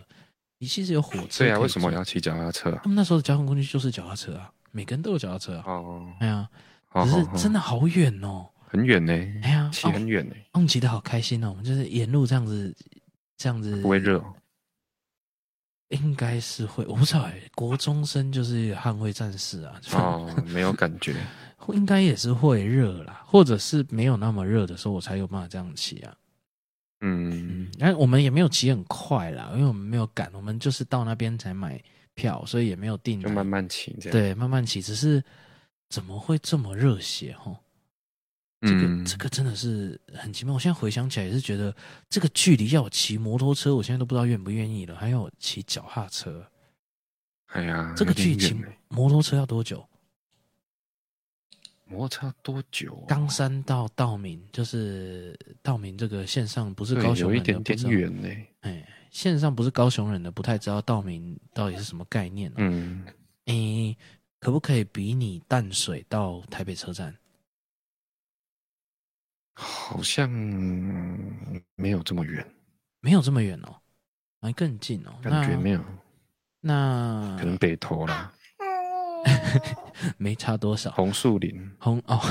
A: 你其实有火车。
B: 对啊，为什么我？要骑脚踏车啊？
A: 他们那时候的交通工具就是脚踏车啊，每个人都有脚踏车啊。
B: 哦，
A: 哎呀，
B: 好
A: 只
B: 好
A: 是
B: 好
A: 真的好远哦。
B: 很远呢，
A: 哎呀，
B: 骑
A: 哦
B: 很远呢，
A: 我们骑的好开心哦，我们就是沿路这样子，这样子
B: 不会热哦，
A: 应该是会，我不知道哎、国中生就是捍卫战士啊，
B: 哦，没有感觉，
A: 应该也是会热啦，或者是没有那么热的时候，我才有办法这样骑啊。嗯
B: 嗯，，
A: 但我们也没有骑很快啦，因为我们没有赶，我们就是到那边才买票，所以也没有订。
B: 就慢慢骑这样，
A: 对，慢慢骑，只是怎么会这么热血哦？这个、
B: 嗯，
A: 这个真的是很奇妙。我现在回想起来也是觉得，这个距离要我骑摩托车，我现在都不知道愿不愿意了，还要我骑脚踏车，
B: 哎呀，
A: 这个
B: 有点
A: 距离骑
B: 远呢欸
A: 摩托车要多久？
B: 摩擦多久啊？
A: 冈山到道明，就是道明这个线上不是
B: 对
A: 高雄
B: 有一
A: 人的，
B: 点
A: 不
B: 点
A: 知道
B: 远呢，嗯
A: 哎，线上不是高雄人的，不太知道道明到底是什么概念、啊。
B: 嗯，
A: 嗯，可不可以比你淡水到台北车站？
B: 好像没有这么远，
A: 没有这么远哦，还更近哦。
B: 感觉没有，
A: 那
B: 可能北投啦，
A: 那没差多少。
B: 红树林
A: 红哦，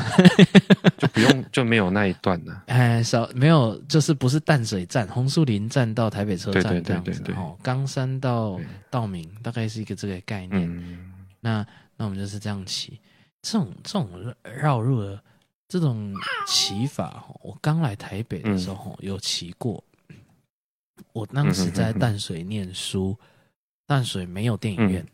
B: 就不用就没有那一段了。
A: 哎，少没有，就是不是淡水站，红树林站到台北车
B: 对
A: 站
B: 对
A: 这样子
B: 对对对
A: 哦，冈山到
B: 对
A: 道明大概是一个这个概念。
B: 嗯，
A: 那那我们就是这样骑。这种这种绕路的这种骑法，吼我刚来台北的时候吼有骑过。我当时在
B: 嗯嗯哼哼
A: 淡水念书，淡水没有电影院。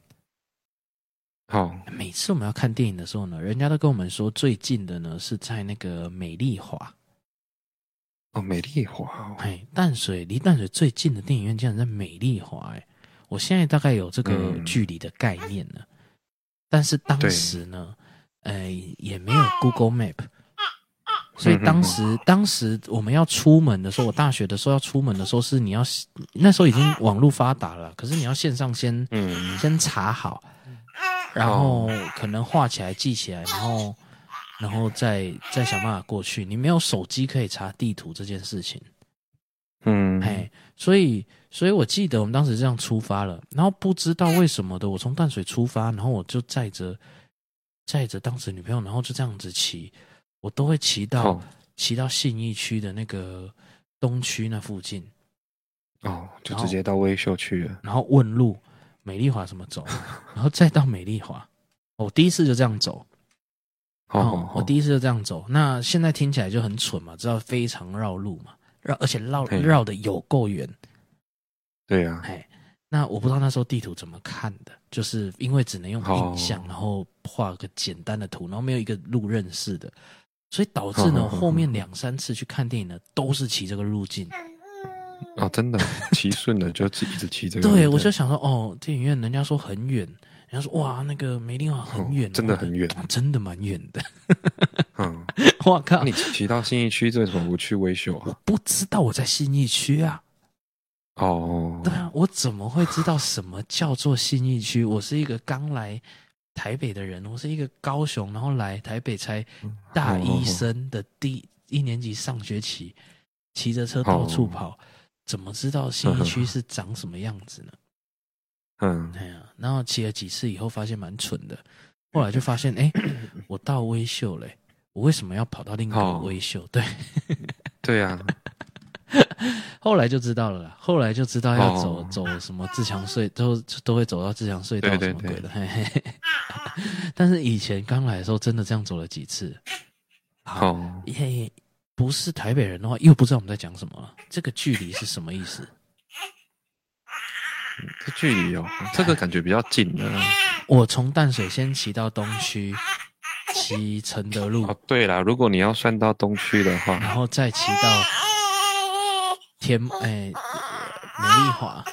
B: 好，
A: 每次我们要看电影的时候呢，人家都跟我们说最近的呢是在那个美丽华，
B: 哦，美丽华哦，
A: 哎，淡水离淡水最近的电影院竟然在美丽华，哎，我现在大概有这个
B: 嗯
A: 距离的概念了，但是当
B: 对嗯
A: 时呢，呃，也没有 Google Map，所以当时、当时我们要出门的时候，我大学的时候要出门的时候是你要那时候已经网络发达了，可是你要线上先
B: 嗯，哦
A: 先查好，然后可能画起来、记起来，然后然后再再想办法过去。你没有手机可以查地图这件事情，
B: 嗯，
A: 哎，所以所以我记得我们当时这样出发了，然后不知道为什么的，我从淡水出发，然后我就载着载着当时女朋友，然后就这样子骑，我都会骑到
B: 哦
A: 骑到信义区的那个东区那附近，
B: 哦，就
A: 然后
B: 直接到微秀去了，
A: 然后问路，美丽华怎么走， 然后再到美丽华。哦我第一次就这样走，
B: 哦，
A: 我
B: 一
A: 第一次就这样走。那现在听起来就很蠢嘛，知道非常绕路嘛，绕而且绕
B: 嘿
A: 绕的有够远。
B: 对啊，
A: 哎，那我不知道那时候地图怎么看的，就是因为只能用
B: 哦
A: 印象，然后画个简单的图，然后没有一个路认识的，所以导致呢，
B: 好好好
A: 后面两三次去看电影呢，都是骑这个路径。
B: 哦，真的骑顺了就一直骑这个路，
A: 对，我就想说，哦，电影院人家说很远，人家说哇，那个梅林华很远，
B: 哦真的很远
A: 哇，啊真的蛮远的。
B: 嗯，
A: 我靠
B: 那，你骑到信义区，这怎么不去微秀
A: 我
B: 啊？
A: 不知道我在信义区啊。
B: 哦
A: 对，啊，我怎么会知道什么叫做信义区？我是一个刚来台北的人，我是一个高雄，然后来台北才大哦一生的第一年级上学期，骑着车到处跑，怎么知道信义区是长什么样子呢？
B: 嗯，
A: 哎呀，然后骑了几次以后，发现蛮蠢的，后来就发现，哎，我到微秀嘞、我为什么要跑到另一个
B: 哦
A: 微秀？对，
B: 对啊，
A: 后来就知道了啦，后来就知道要走、
B: 哦
A: 走什么自强隧，都都会走到自强隧道什
B: 对对
A: 么鬼的。嘿嘿 嘿但是以前刚来的时候，真的这样走了几次，
B: 哦，
A: 耶，不是台北人的话，又不知道我们在讲什么了。这个距离是什么意思？
B: 这距离哦，这个感觉比较近的啊。
A: 我从淡水先骑到东区，骑承德路，
B: 哦，对啦，如果你要算到东区的
A: 然
B: 话，
A: 后再骑到天哎、美丽华，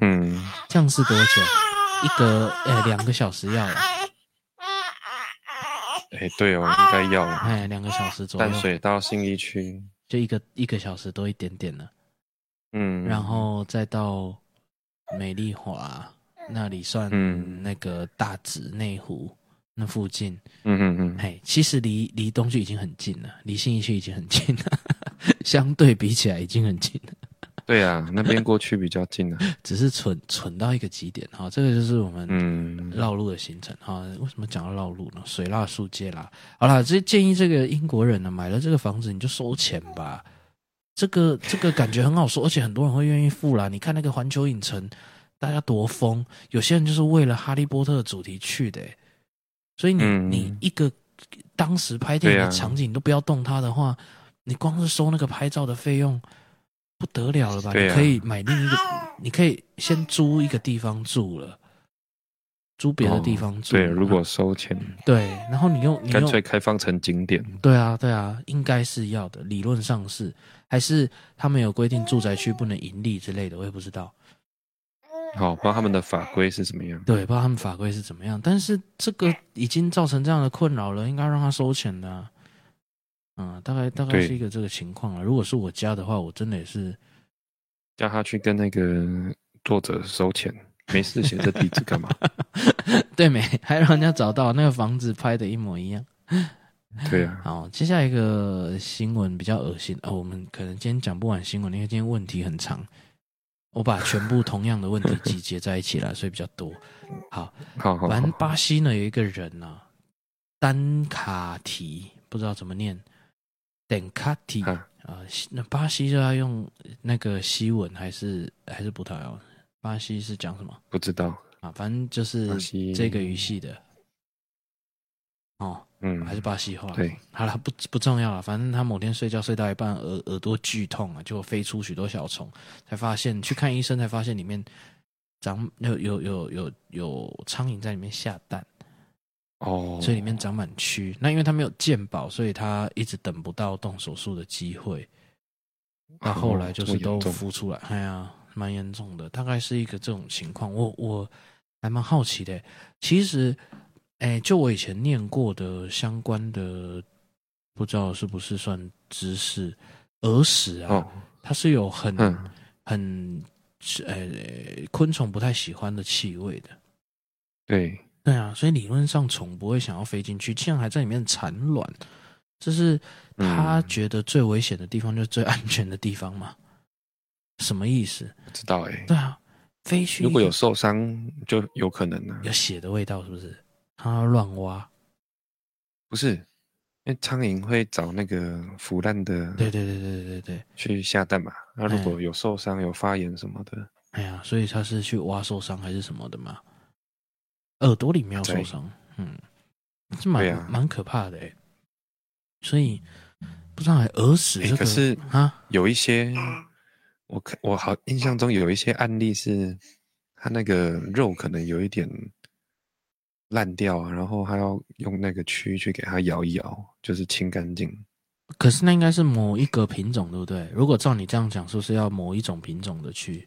B: 嗯，
A: 这样是多久？一个哎两、个小时要了，
B: 哎，对哦，应该要啦
A: 哎、两个小时左右。
B: 淡水到信义区，
A: 就一个一个小时多一点点了，
B: 嗯，
A: 然后再到美丽华那里算
B: 嗯
A: 那个大直内湖那附近，
B: 嗯嗯嗯，
A: 哎，其实离离东区已经很近了，离信义区已经很近了， 相对比起来已经很近了，
B: 对啊，那边过去比较近啊。
A: 只是蠢蠢到一个极点哈，这个就是我们
B: 嗯，
A: 绕路的行程哈、为什么讲到绕路呢？水蜡树街啦，好啦，这建议这个英国人呢，买了这个房子你就收钱吧。这个这个感觉很好说，而且很多人会愿意付啦。你看那个环球影城，大家多疯，有些人就是为了《哈利波特》的主题去的欸、所以你、
B: 嗯
A: 你一个当时拍电影
B: 对
A: 的
B: 啊
A: 场景你都不要动它的话，你光是收那个拍照的费用，不得了了吧？
B: 对
A: 你
B: 啊
A: 可以买另一个，你可以先租一个地方住了，租 别的地方住。
B: 哦对，如果收钱，
A: 对，然后你用你
B: 干
A: 用
B: 脆开放成景点。
A: 对啊对啊，应该是要的，理论上是，还是他们有规定住宅区不能盈利之类的，我也不知道。
B: 好，不知道他们的法规是怎么样。
A: 对，不知道他们法规是怎么样，但是这个已经造成这样的困扰了，应该让他收钱的啊、嗯，大概大概
B: 对
A: 是一个这个情况啊。如果是我家的话，我真的也是
B: 叫他去跟那个作者收钱，没事写这地址干嘛？
A: 对没，还让人家找到那个房子拍的一模一样。
B: 对啊，
A: 好，接下来一个新闻比较恶心哦，我们可能今天讲不完新闻，因为今天问题很长，我把全部同样的问题集结在一 起了，所以比较多。
B: 好好
A: 反正
B: 好，
A: 巴西呢有一个人啊，丹卡提不知道怎么念，丹卡提啊
B: 啊、
A: 西那巴西就要用那个西文还是还是葡萄牙文？巴西是讲什么？
B: 不知道，
A: 啊，反正就是
B: 巴西
A: 这个语系的。哦，
B: 嗯，
A: 还是巴西话。
B: 对，
A: 好了，不不重要了，反正他某天睡觉睡到一半，耳耳朵剧痛啊，就飞出许多小虫，才发现去看医生，才发现里面长有有有有有苍蝇在里面下蛋，
B: 哦，
A: 所以里面长满蛆。那因为他没有健保，所以他一直等不到动手术的机会。那后来就是都
B: 服
A: 孵出来，哎呀，蛮严重的，大概是一个这种情况。我我还蛮好奇的，其实，哎，就我以前念过的相关的，不知道是不是算知识，儿屎啊，
B: 哦，
A: 它是有很、
B: 嗯，
A: 很呃昆虫不太喜欢的气味的。
B: 对，
A: 对啊，所以理论上虫不会想要飞进去，竟然还在里面产卵，这是他
B: 嗯
A: 觉得最危险的地方，就是最安全的地方嘛？什么意思？
B: 不知道哎，
A: 对啊，飞去
B: 如果有受伤就有可能啊，
A: 有血的味道，是不是？他乱挖，
B: 不是，因为苍蝇会找那个腐烂的
A: 对对对对对对对，
B: 去下蛋嘛，那
A: 哎
B: 如果有受伤、有发炎什么的，
A: 哎呀，所以他是去挖受伤还是什么的嘛？耳朵里面要受伤，嗯，这蛮
B: 对啊
A: 蛮、可怕的哎、所以不知道哎耳屎
B: 哎
A: 这个、
B: 可是
A: 啊，
B: 有一些
A: 嗯
B: 我看我好印象中有一些案例是，它那个肉可能有一点烂掉啊，然后它要用那个蛆去给它摇一摇，就是清干净。
A: 可是那应该是某一个品种，对不对？如果照你这样讲，是不是要某一种品种的蛆？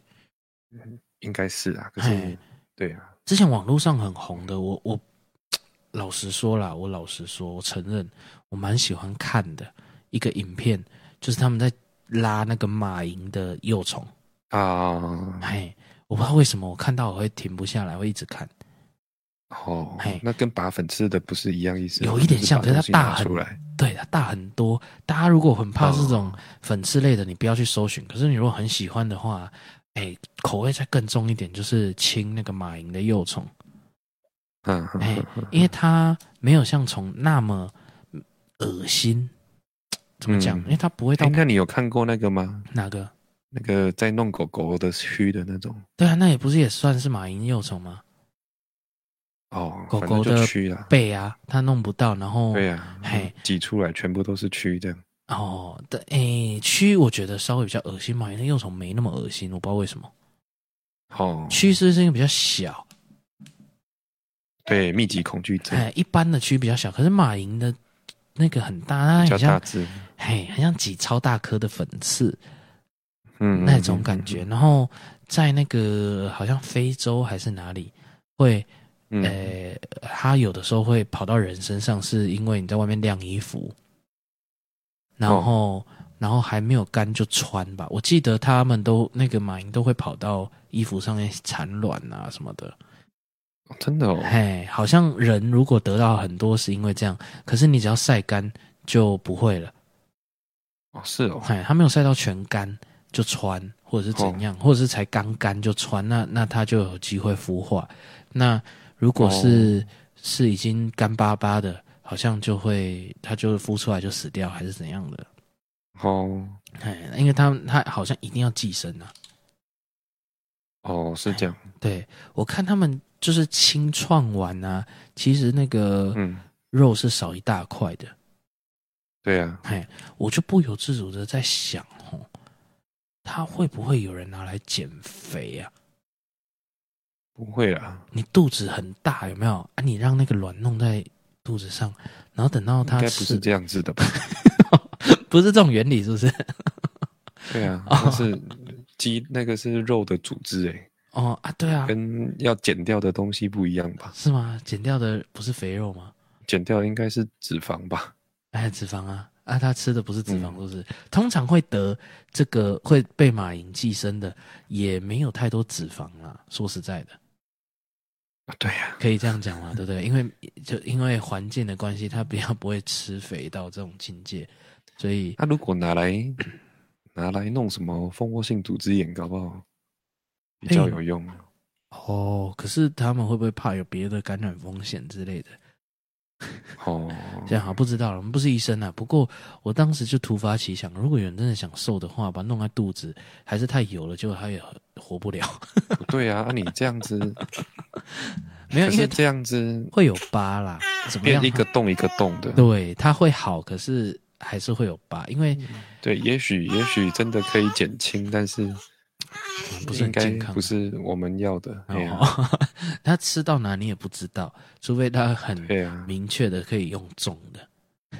B: 应该是啊，可
A: 哎
B: 是对啊，
A: 之前网络上很红的，我我老实说啦，我老实说，我承认我蛮喜欢看的一个影片，就是他们在拉那个马蝇的幼虫。
B: 啊，
A: 哎，我不知道为什么我看到我会停不下来，会一直看。
B: 哦
A: 哎，
B: 那跟拔粉刺的不是一样意思吗？
A: 有一点像
B: 就是把
A: 可是它
B: 东西拿
A: 大很
B: 出来，
A: 对，它大很多。大家如果很怕
B: 哦
A: 这种粉刺类的，你不要去搜寻。可是你如果很喜欢的话，哎，口味再更重一点，就是清那个马蝇的幼 虫。
B: 嗯，嗯
A: 哎
B: 嗯嗯
A: 因为它没有像虫那么恶心，怎么讲？
B: 嗯
A: 因为它不会到
B: 哎，那你有看过那个吗？
A: 哪个？
B: 那个在弄狗狗的蛆的那种
A: 对啊，那也不是也算是马蝇幼虫吗？
B: 哦，
A: 狗
B: 反正
A: 狗
B: 就
A: 的
B: 蛆啦，
A: 背啊，它弄不到，然后
B: 对呀、
A: 嘿
B: 啊，挤出来全部都是蛆这样。
A: 哦的诶，蛆我觉得稍微比较恶心，马蝇幼虫没那么恶心，我不知道为什么。
B: 哦，
A: 蛆是不是因为比较小，
B: 对，密集恐惧症
A: 哎，一般的蛆比较小，可是马蝇的那个很大，它
B: 比较
A: 很
B: 大
A: 像
B: 只，
A: 嘿，很像挤超大颗的粉刺。
B: 嗯，
A: 那种
B: 嗯
A: 感觉。，然后在那个好像非洲还是哪里，会
B: 嗯，嗯
A: 呃，它有的时候会跑到人身上，是因为你在外面晾衣服，然
B: 哦
A: 后、然后还没有干就穿吧。我记得他们都那个马蝇都会跑到衣服上面产卵啊什么的。
B: 哦真的哦，
A: 嘿，好像人如果得到很多是因为这样，可是你只要晒干就不会了。
B: 哦是哦，
A: 哎，它没有晒到全干就穿，或者是怎
B: 哦
A: 样，或者是才刚干就穿，那那它就有机会孵化。那如果是、
B: 哦
A: 是已经干巴巴的，好像就会它就孵出来就死掉，还是怎样的？
B: 哦
A: 哎，因为它它好像一定要寄生啊。
B: 哦是这样，
A: 对我看他们就是清创完啊，其实那个
B: 嗯，
A: 肉是少一大块的，
B: 对啊，
A: 我就不由自主的在想哦，它会不会有人拿来减肥啊？
B: 不会啦，
A: 你肚子很大有没有啊？你让那个卵弄在肚子上，然后等到
B: 应
A: 它
B: 该不
A: 吃，
B: 是这样子 的吧？
A: 不是这种原理，是不 是？
B: 对啊，
A: 哦
B: 那是鸡，那个是肉的组织哎，
A: 哦啊，对啊，
B: 跟要剪掉的东西不一样吧？
A: 是吗？减掉的不是肥肉吗？
B: 剪掉应该是脂肪吧？
A: 哎，脂肪啊啊，它吃的不是脂肪，
B: 嗯
A: 是不是？通常会得这个会被马蝇寄生的，也没有太多脂肪啦。说实在的，
B: 啊对呀，
A: 可以这样讲嘛，对不对？因为就因为环境的关系，它比较不会吃肥到这种境界，所以
B: 那如果拿来拿来弄什么蜂窝性组织炎，搞不好比较
A: 哎
B: 有用。
A: 哦，可是他们会不会怕有别的感染风险之类的？
B: 哦，
A: 这样好不知道了，我们不是医生啊。不过我当时就突发奇想，如果有人真的想瘦的话，把它弄在
B: 哦
A: 肚子，还是太油了，结果他也活不了。
B: 啊不对啊，那、你这样子
A: 没有，因
B: 可
A: 为
B: 是
A: 它
B: 这样子
A: 会有疤啦，怎么样
B: 变
A: 它？
B: 一个洞一个洞的，
A: 对，它会好，可是还是会有疤，因为
B: 对，也许也许真的可以减轻，但是
A: 不是
B: 应
A: 很
B: 该
A: 健康
B: 不。是我们要的。哎呀
A: 哦， 它吃到哪你也不知道，除非它很
B: 对啊，
A: 明确的可以用种的。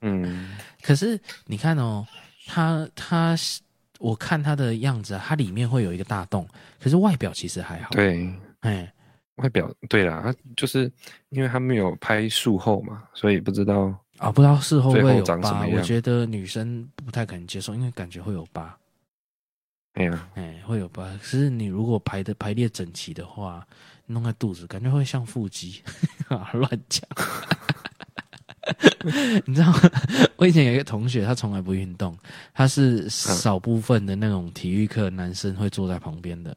B: 嗯，
A: 可是你看哦，它它我看它的样子啊、它里面会有一个大洞，可是外表其实还好。，
B: 对，
A: 哎，
B: 外表对啦，它就是因为他没有拍术后嘛，所以不知道。
A: 啊，不知道事后会
B: 最后
A: 有
B: 长什
A: 疤，
B: 么
A: 我
B: 样
A: 觉得女生不太可能接受，因为感觉会有疤，
B: 哎呀，
A: 哎，会有疤。可是你如果排的排列整齐的话，弄在肚子，感觉会像腹肌， 啊乱讲。 你知道吗？我以前有一个同学，他从来不运动，他是少部分的那种体育课男生会坐在旁边的，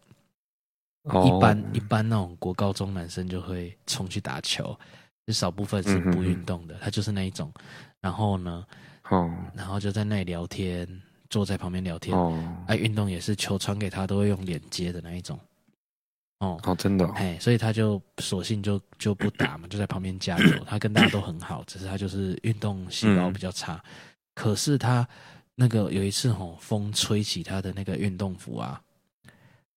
B: 哦，
A: 一般一般那种国高中男生就会冲去打球，就少部分是不运动的，他就是那一种。然后呢，
B: 哦
A: 然后就在那里聊天，坐在旁边聊天。
B: 哦
A: 哎，运动也是球传给他都会用脸接的那一种。哦，
B: 哦，真的哦
A: 哎，所以他就索性就就不打嘛，就在旁边加油。他跟大家都很好，只是他就是运动细
B: 嗯
A: 胞比较差。可是他那个有一次吼、风吹起他的那个运动服啊，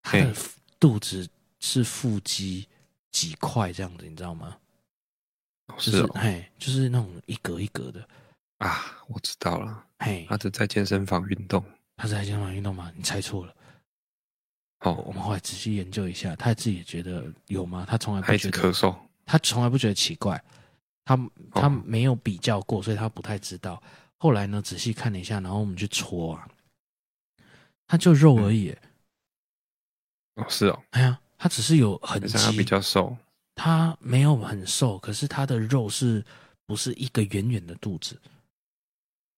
A: 他的
B: 嘿
A: 肚子是腹肌几块这样子，你知道吗？就是是
B: 哦
A: 嘿，就是那种一格一格的，
B: 啊，我知道了，
A: 嘿，
B: 他只在健身房运动。
A: 他是在健身房运动吗？你猜错了。我
B: 哦，
A: 们后来仔细研究一下，他自己也觉得有吗？他从来
B: 他
A: 不
B: 一
A: 觉
B: 直
A: 得
B: 咳嗽。
A: 他从来不觉得奇怪，他他
B: 哦
A: 没有比较过，所以他不太知道。后来呢，仔细看了一下，然后我们去搓啊，他就肉
B: 嗯
A: 而已、
B: 哦，是哦，
A: 哎呀，他只是有痕
B: 可是他比
A: 迹，
B: 较瘦。
A: 他没有很瘦，可是他的肉是不是一个圆圆的肚子？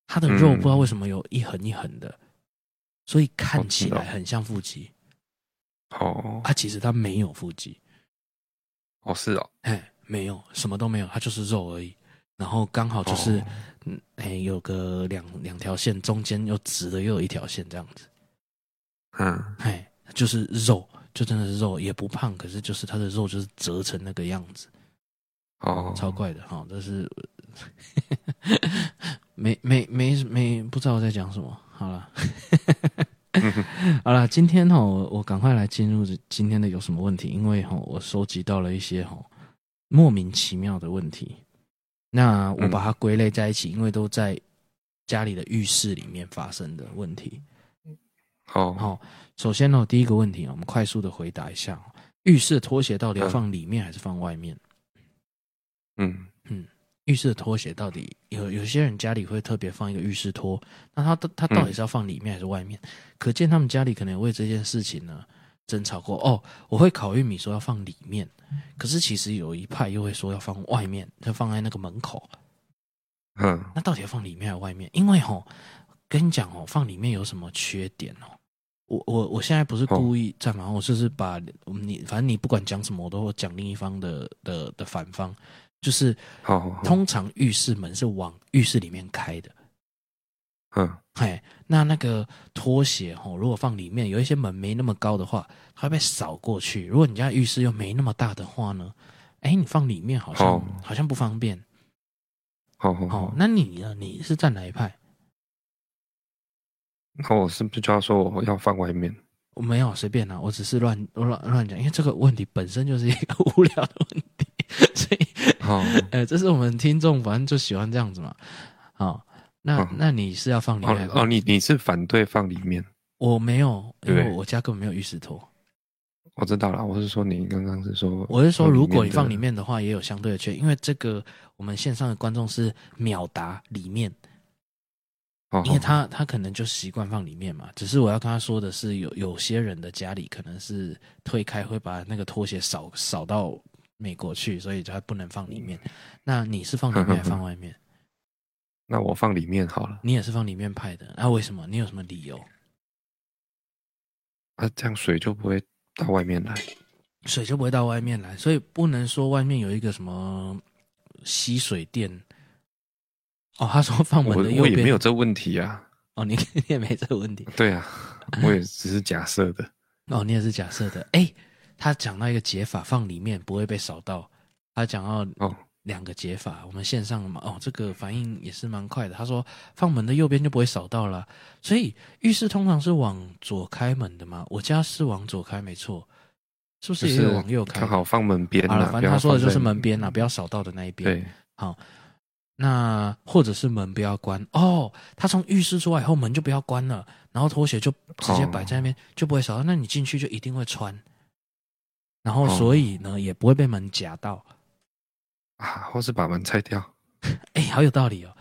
A: 他的肉
B: 嗯哦
A: 不知道为什么有一横一横的，所以看起
B: 我
A: 来
B: 知道
A: 很像腹肌，
B: 哦
A: 啊，其实他没有腹肌。
B: 哦，是哦，
A: 哎，没有，什么都没有，它就是肉而已。然后刚好就是
B: 哦，
A: 嗯，哎，有个两两条线，中间又直的，又有一条线这样子。
B: 嗯，
A: 哎，就是肉，就真的是肉，也不胖，可是就是它的肉就是折成那个样子，
B: 哦，
A: 超怪的哈、这是没没没没，不知道我在讲什么。好了，
B: 嗯哼
A: 好了，今天哈、哦我我赶快来进入今天的有什么问题，因为哈、我收集到了一些哈、莫名其妙的问题，那
B: 嗯
A: 我把它归类在一起，因为都在家里的浴室里面发生的问题。
B: 哦，
A: 好、首先呢、第一个问题啊、我们快速的回答一下、哦，浴室的拖鞋到底要放里面还是放外面？
B: 嗯，
A: 浴室的拖鞋到底有有些人家里会特别放一个浴室拖，那他他到底是要放里面还是外面？可见他们家里可能为这件事情呢争吵过。哦，我会烤玉米说要放里面，可是其实有一派又会说要放外面，就放在那个门口。
B: 嗯，
A: 那到底要放里面还是外面？因为吼，跟你讲哦，放里面有什么缺点哦？我我我现在不是故意在忙，我就是把你反正你不管讲什么，我都会讲另一方的的的反方，就是
B: 好好，好
A: 通常浴室门是往浴室里面开的，
B: 嗯，
A: 嘿，那那个拖鞋吼，如果放里面，有一些门没那么高的话，它会被扫过去。如果你家浴室又没那么大的话呢，哎，你放里面好像、
B: 哦
A: 好像不方便。
B: 好好
A: 哦
B: 好，，
A: 那你呢？你是站哪一派？
B: 那我是不是就要说我要放外面？
A: 我没有随便啊啦、我只是乱我乱乱讲，因为这个问题本身就是一个无聊的问题， 所以
B: 哦，
A: 呃，这是我们听众反正就喜欢这样子嘛。好、那、
B: 嗯
A: 那 你是要放里面还
B: 哦
A: 是
B: 哦，你你是反对放里面？
A: 我没有，因为
B: 对
A: 我家根本没有浴室拖。
B: 我知道了，我是说你刚刚是说，
A: 我是说，如果你
B: 的
A: 放里，面的话，也有相对的缺，因为这个我们线上的观众是秒答里面，
B: 哦
A: 因为他他可能就习惯放里面嘛。只是我要跟他说的是，有有些人的家里可能是推开会把那个拖鞋扫扫到美国去，所以他不能放里面。那你是放里面还是放外面？
B: 那我放里面好了，
A: 你也是放里面派的，那、为什么？你有什么理由？
B: 那啊这样水就不会到外面来。
A: 水就不会到外面来，所以不能说外面有一个什么吸水垫。哦，他说放
B: 我
A: 门的右
B: 我也
A: 边
B: 没有这问题啊，
A: 哦，你 你也没这个问题
B: 对啊，我也只是假设的。
A: 哦，你也是假设的。哎，他讲到一个解法放里面不会被扫到，他讲到
B: 哦
A: 两个解法，我们线上嘛，哦，这个反应也是蛮快的。他说放门的右边就不会扫到了，所以浴室通常是往左开门的嘛，我家是往左开没错，是不
B: 就
A: 也
B: 是是
A: 有往右开？
B: 刚好放门边
A: 好
B: 啦
A: 了，反
B: 不
A: 正
B: 要
A: 他说的
B: 放
A: 就是
B: 在
A: 门边啦，不要扫到的那一边。
B: 对，
A: 那或者是门不要关哦，他从浴室出来以后门就不要关了，然后拖鞋就直接摆在那边，就不会扫到。那你进去就一定会穿，然后
B: 哦
A: 所以呢、也不会被门夹到。
B: 啊，或是把门拆掉。
A: 哎，好有道理哦！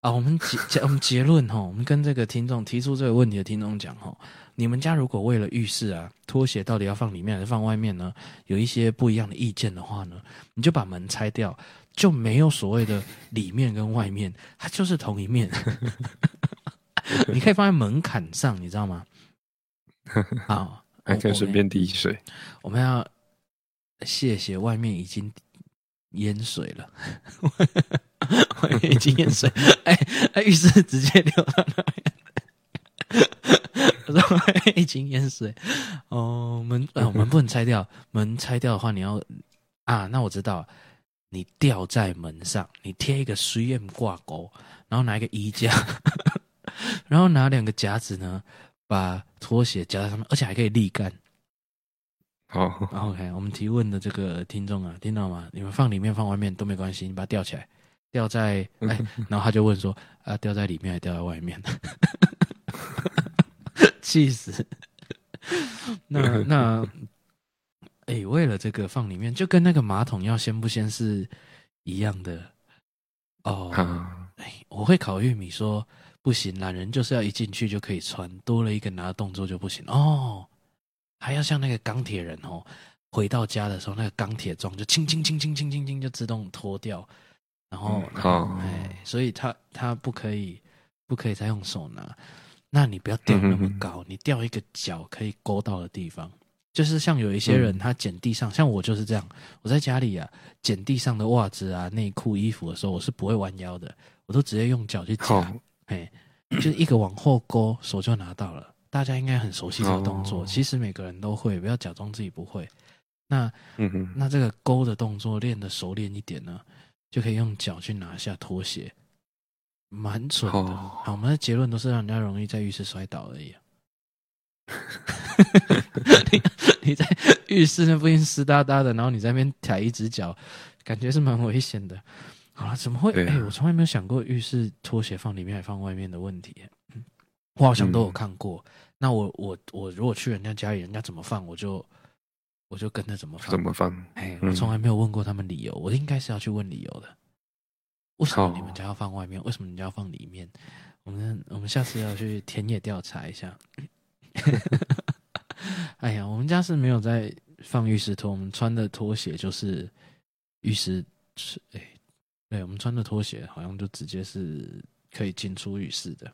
A: 啊，我们结结我们结论哈、哦，我们跟这个听众提出这个问题的听众讲哈、哦，你们家如果为了浴室啊，拖鞋到底要放里面还是放外面呢？有一些不一样的意见的话呢，你就把门拆掉，就没有所谓的里面跟外面，它就是同一面。 你可以放在门槛上，你知道 吗？好，
B: 还可以
A: 我
B: 顺便滴水。
A: 我们要谢谢外面已经淹水了，外面已经淹水，哎哎，浴室直接流到那边。我说外面已经淹水，哦，门呃门不能拆掉，门拆掉的话，你要啊，那我知道了，你吊在门上，你贴一个 3M 挂钩，然后拿一个衣架， 然后拿两个夹子呢，把拖鞋夹在上面，而且还可以沥干。
B: 好，
A: 啊 OK，我们提问的这个听众啊，听到吗？你们放里面放外面都没关系，你把它吊起来，吊在哎，然后他就问说啊，吊在里面还是吊在外面？ 气死！ 那那哎、为了这个放里面，就跟那个马桶要先不先是一样的哦。
B: 啊，
A: 哎，我会烤玉米说不行啦，人就是要一进去就可以穿，多了一个拿的动作就不行哦。还要像那个钢铁人哦，回到家的时候那个钢铁装就轻轻轻轻轻轻轻就自动脱掉，然后
B: 嗯
A: 然后
B: 哦
A: 哎，所以他他不可以不可以再用手拿，那你不要吊那么高，你吊一个脚可以勾到的地方。就是像有一些人，
B: 嗯
A: 他捡地上，像我就是这样。我在家里啊，捡地上的袜子啊、内裤、衣服的时候，我是不会弯腰的，我都直接用脚去
B: 好
A: 夹，，哎，就是一个往后勾，手就拿到了。大家应该很熟悉这个动作，
B: 哦
A: 其实每个人都会，不要假装自己不会。那
B: 嗯哼，
A: 那这个勾的动作练的熟练一点呢，就可以用脚去拿下拖鞋，蛮准的。
B: 哦
A: 好，我们的结论都是让人家容易在浴室摔倒而已、啊。 你你在浴室那附近湿哒哒的，然后你在那边踩一只脚，感觉是蛮危险的。好了，怎么会？哎、
B: 对啊
A: 我从来没有想过浴室拖鞋放里面还放外面的问题、嗯我好像都有
B: 嗯
A: 看过。那我我我如果去人家家里，人家怎么放，我就我就跟着怎么放
B: 怎。么放？
A: 哎，
B: 嗯
A: 我从来没有问过他们理由，我应该是要去问理由的。为什么
B: 哦
A: 你们家要放外面？为什么你们家要放里面？我们我们下次要去田野调查一下。 哎呀，我们家是没有在放浴室拖，我们穿的拖鞋就是浴室，是哎，对，我们穿的拖鞋好像就直接是可以进出浴室的。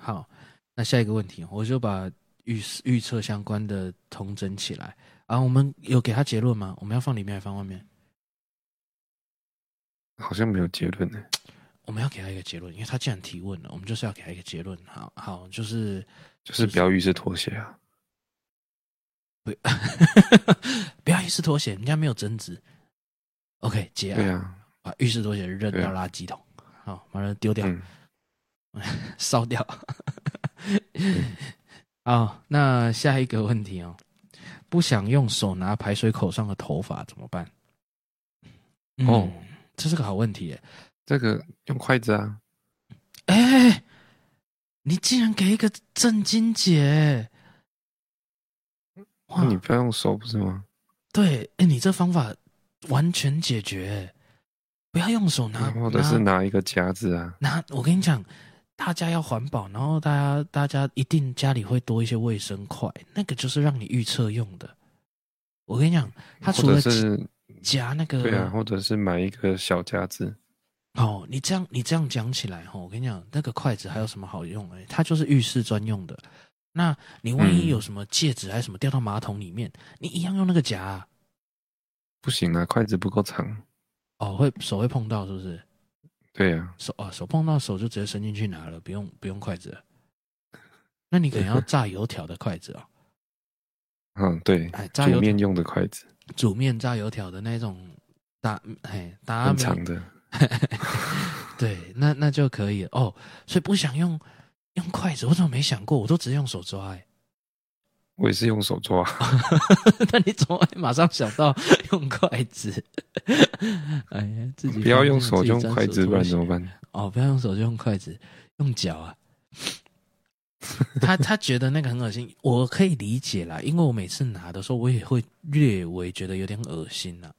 A: 好，那下一个问题，我就把预预测相关的同整起来啊。我们有给他结论吗？我们要放里面还是放外面？
B: 好像没有结 论呢。
A: 我们要给他一个结论，因为他既然提问了，我们就是要给他一个结论。好好，就是
B: 就是不要浴室拖鞋啊。
A: 不要一式拖鞋，人家没有争执。OK，结
B: 对
A: 案，
B: 啊，
A: 把浴室拖鞋扔到垃圾桶，好，把它丢掉，
B: 嗯，
A: 烧掉。
B: 嗯
A: 好，那下一个问题哦，不想用手拿排水口上的头发怎么办？嗯
B: 哦，
A: 这是个好问题耶。
B: 这个用筷子啊，
A: 哎、你竟然给一个震惊姐！哇啊
B: 那，你不要用手不是吗？
A: 对，哎、你这方法完全解决，不要用手拿，
B: 嗯或者是拿一个夹子啊。
A: 拿拿。我跟你讲，大家要环保，然后大家大家一定家里会多一些卫生筷，那个就是让你预测用的。我跟你讲，它
B: 或
A: 除了呃
B: 者
A: 夹
B: 是
A: 夹那个，
B: 对啊，或者是买一个小夹子，
A: 哦，你这样你这样讲起来哈，我跟你讲，那个筷子还有什么好用、欸？它就是浴室专用的。那你万一
B: 嗯
A: 有什么戒指还是什么掉到马桶里面，你一样用那个夹、啊、
B: 不行啊，筷子不够长。
A: 哦，会手会碰到是不是？
B: 对啊，
A: 手哦手碰到手就直接伸进去拿了，不 用不用筷子了。那你可能要炸油条的筷子哦，
B: 嗯，对
A: 哎，炸
B: 煮
A: 油
B: 面用的筷子，
A: 煮面炸油条的那种大哎达
B: 很
A: 美
B: 长的，
A: 对，那那就可以了哦。所以不想用用筷子，我怎么没想过？我都只用手抓哎、
B: 我也是用手抓。
A: 那你怎么会马上想到用筷子？ 哎， 自己
B: 不要
A: 放
B: 用
A: 进
B: 手，
A: 自己
B: 就用
A: 沾
B: 筷子，
A: 脱
B: 不然
A: 鞋
B: 怎么办？
A: 哦，不要用手，就用筷子，用脚啊。他他觉得那个很恶心，我可以理解啦，因为我每次拿的时候，我也会略微觉得有点恶心啦，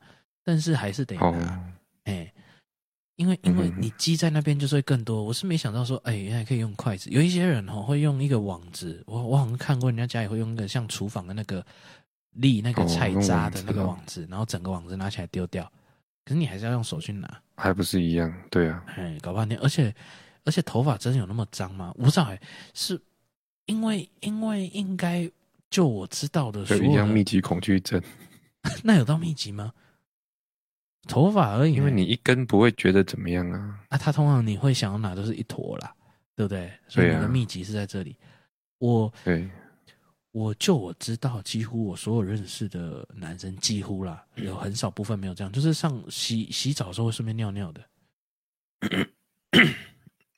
A: 但是还是得拿，
B: 好，啊
A: 哎、因为因为
B: 嗯哼
A: 你积在那边就是会更多。我是没想到说，哎、原来可以用筷子。有一些人哦会用一个网子，我我好像看过人家家里会用一个像厨房的那个立那个
B: 哦
A: 菜
B: 用
A: 渣
B: 网
A: 的
B: 子
A: 那个
B: 哦
A: 网子，然后整个网子拿起来丢掉，可是你还是要用手去拿。
B: 还不是一样？对啊，
A: 哎，搞半天，而且而且头发真的有那么脏吗？我不知道、哎，是因为因为应该就我知道的所
B: 就
A: 有
B: 一样
A: 的
B: 密集恐惧症，
A: 那有到密集吗？头发而已、
B: 因为
A: 哎
B: 你一根不会觉得怎么样啊。
A: 啊，他通常你会想要拿都是一坨啦，对不对？所以
B: 对啊
A: 你的密集是在这里。我
B: 对，
A: 我就我知道，几乎我所有认识的男生，几乎啦，有很少部分没有这样，就是上洗洗澡的时候会顺便尿尿的，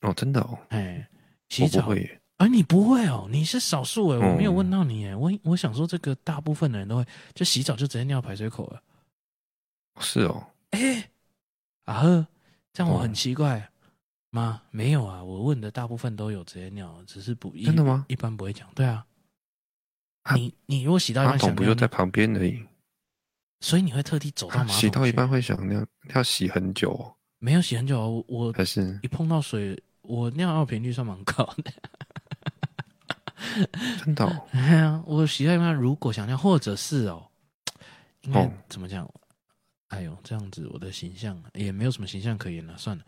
B: 哦，真的哦，
A: 哎，洗
B: 我不
A: 澡
B: 会耶，
A: 而你不会哦，你是少数哎，
B: 嗯
A: 我没有问到你哎，我我想说这个大部分的人都会，就洗澡就直接尿排水口了。
B: 是哦，
A: 哎，啊呵，这样我很
B: 嗯
A: 奇怪吗？没有啊，我问的大部分都有直接尿，只是不一
B: 真的吗？
A: 一般不会讲。对啊，
B: 啊
A: 你你如果洗到一
B: 马
A: 半
B: 桶
A: 想
B: 不
A: 尿
B: 就在
A: 尿，
B: 旁边而已，
A: 所以你会特地走到
B: 啊
A: 马桶
B: 洗到一
A: 去
B: 半会想尿，要洗很久哦，
A: 没有洗很久哦， 我我
B: 还是
A: 一碰到水，我尿尿频率算蛮高的。
B: 真的哦？
A: 哎呀， 我喜爱他如果想要，或者是哦，应该
B: 哦
A: 怎么讲？哎呦，这样子我的形象也没有什么形象可言了、算了。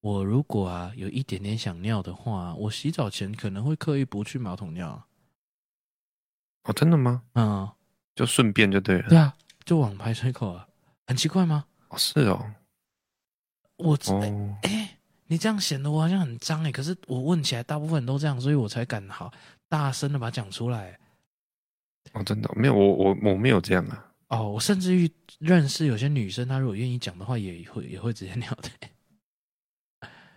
A: 我如果啊有一点点想尿的话，我洗澡前可能会刻意不去马桶尿啊。
B: 哦，真的吗？
A: 嗯，
B: 就顺便就对了。
A: 对啊，就往排水口啊，很奇怪吗？
B: 哦，是哦，
A: 我哎、
B: 哦，
A: 哎你这样显得我好像很脏哎、可是我问起来，大部分人都这样，所以我才敢好大声的把它讲出来。
B: 哦，真的哦没有，我我我没有这样啊。
A: 哦，我甚至于认识有些女生，她如果愿意讲的话，也会也会直接尿的。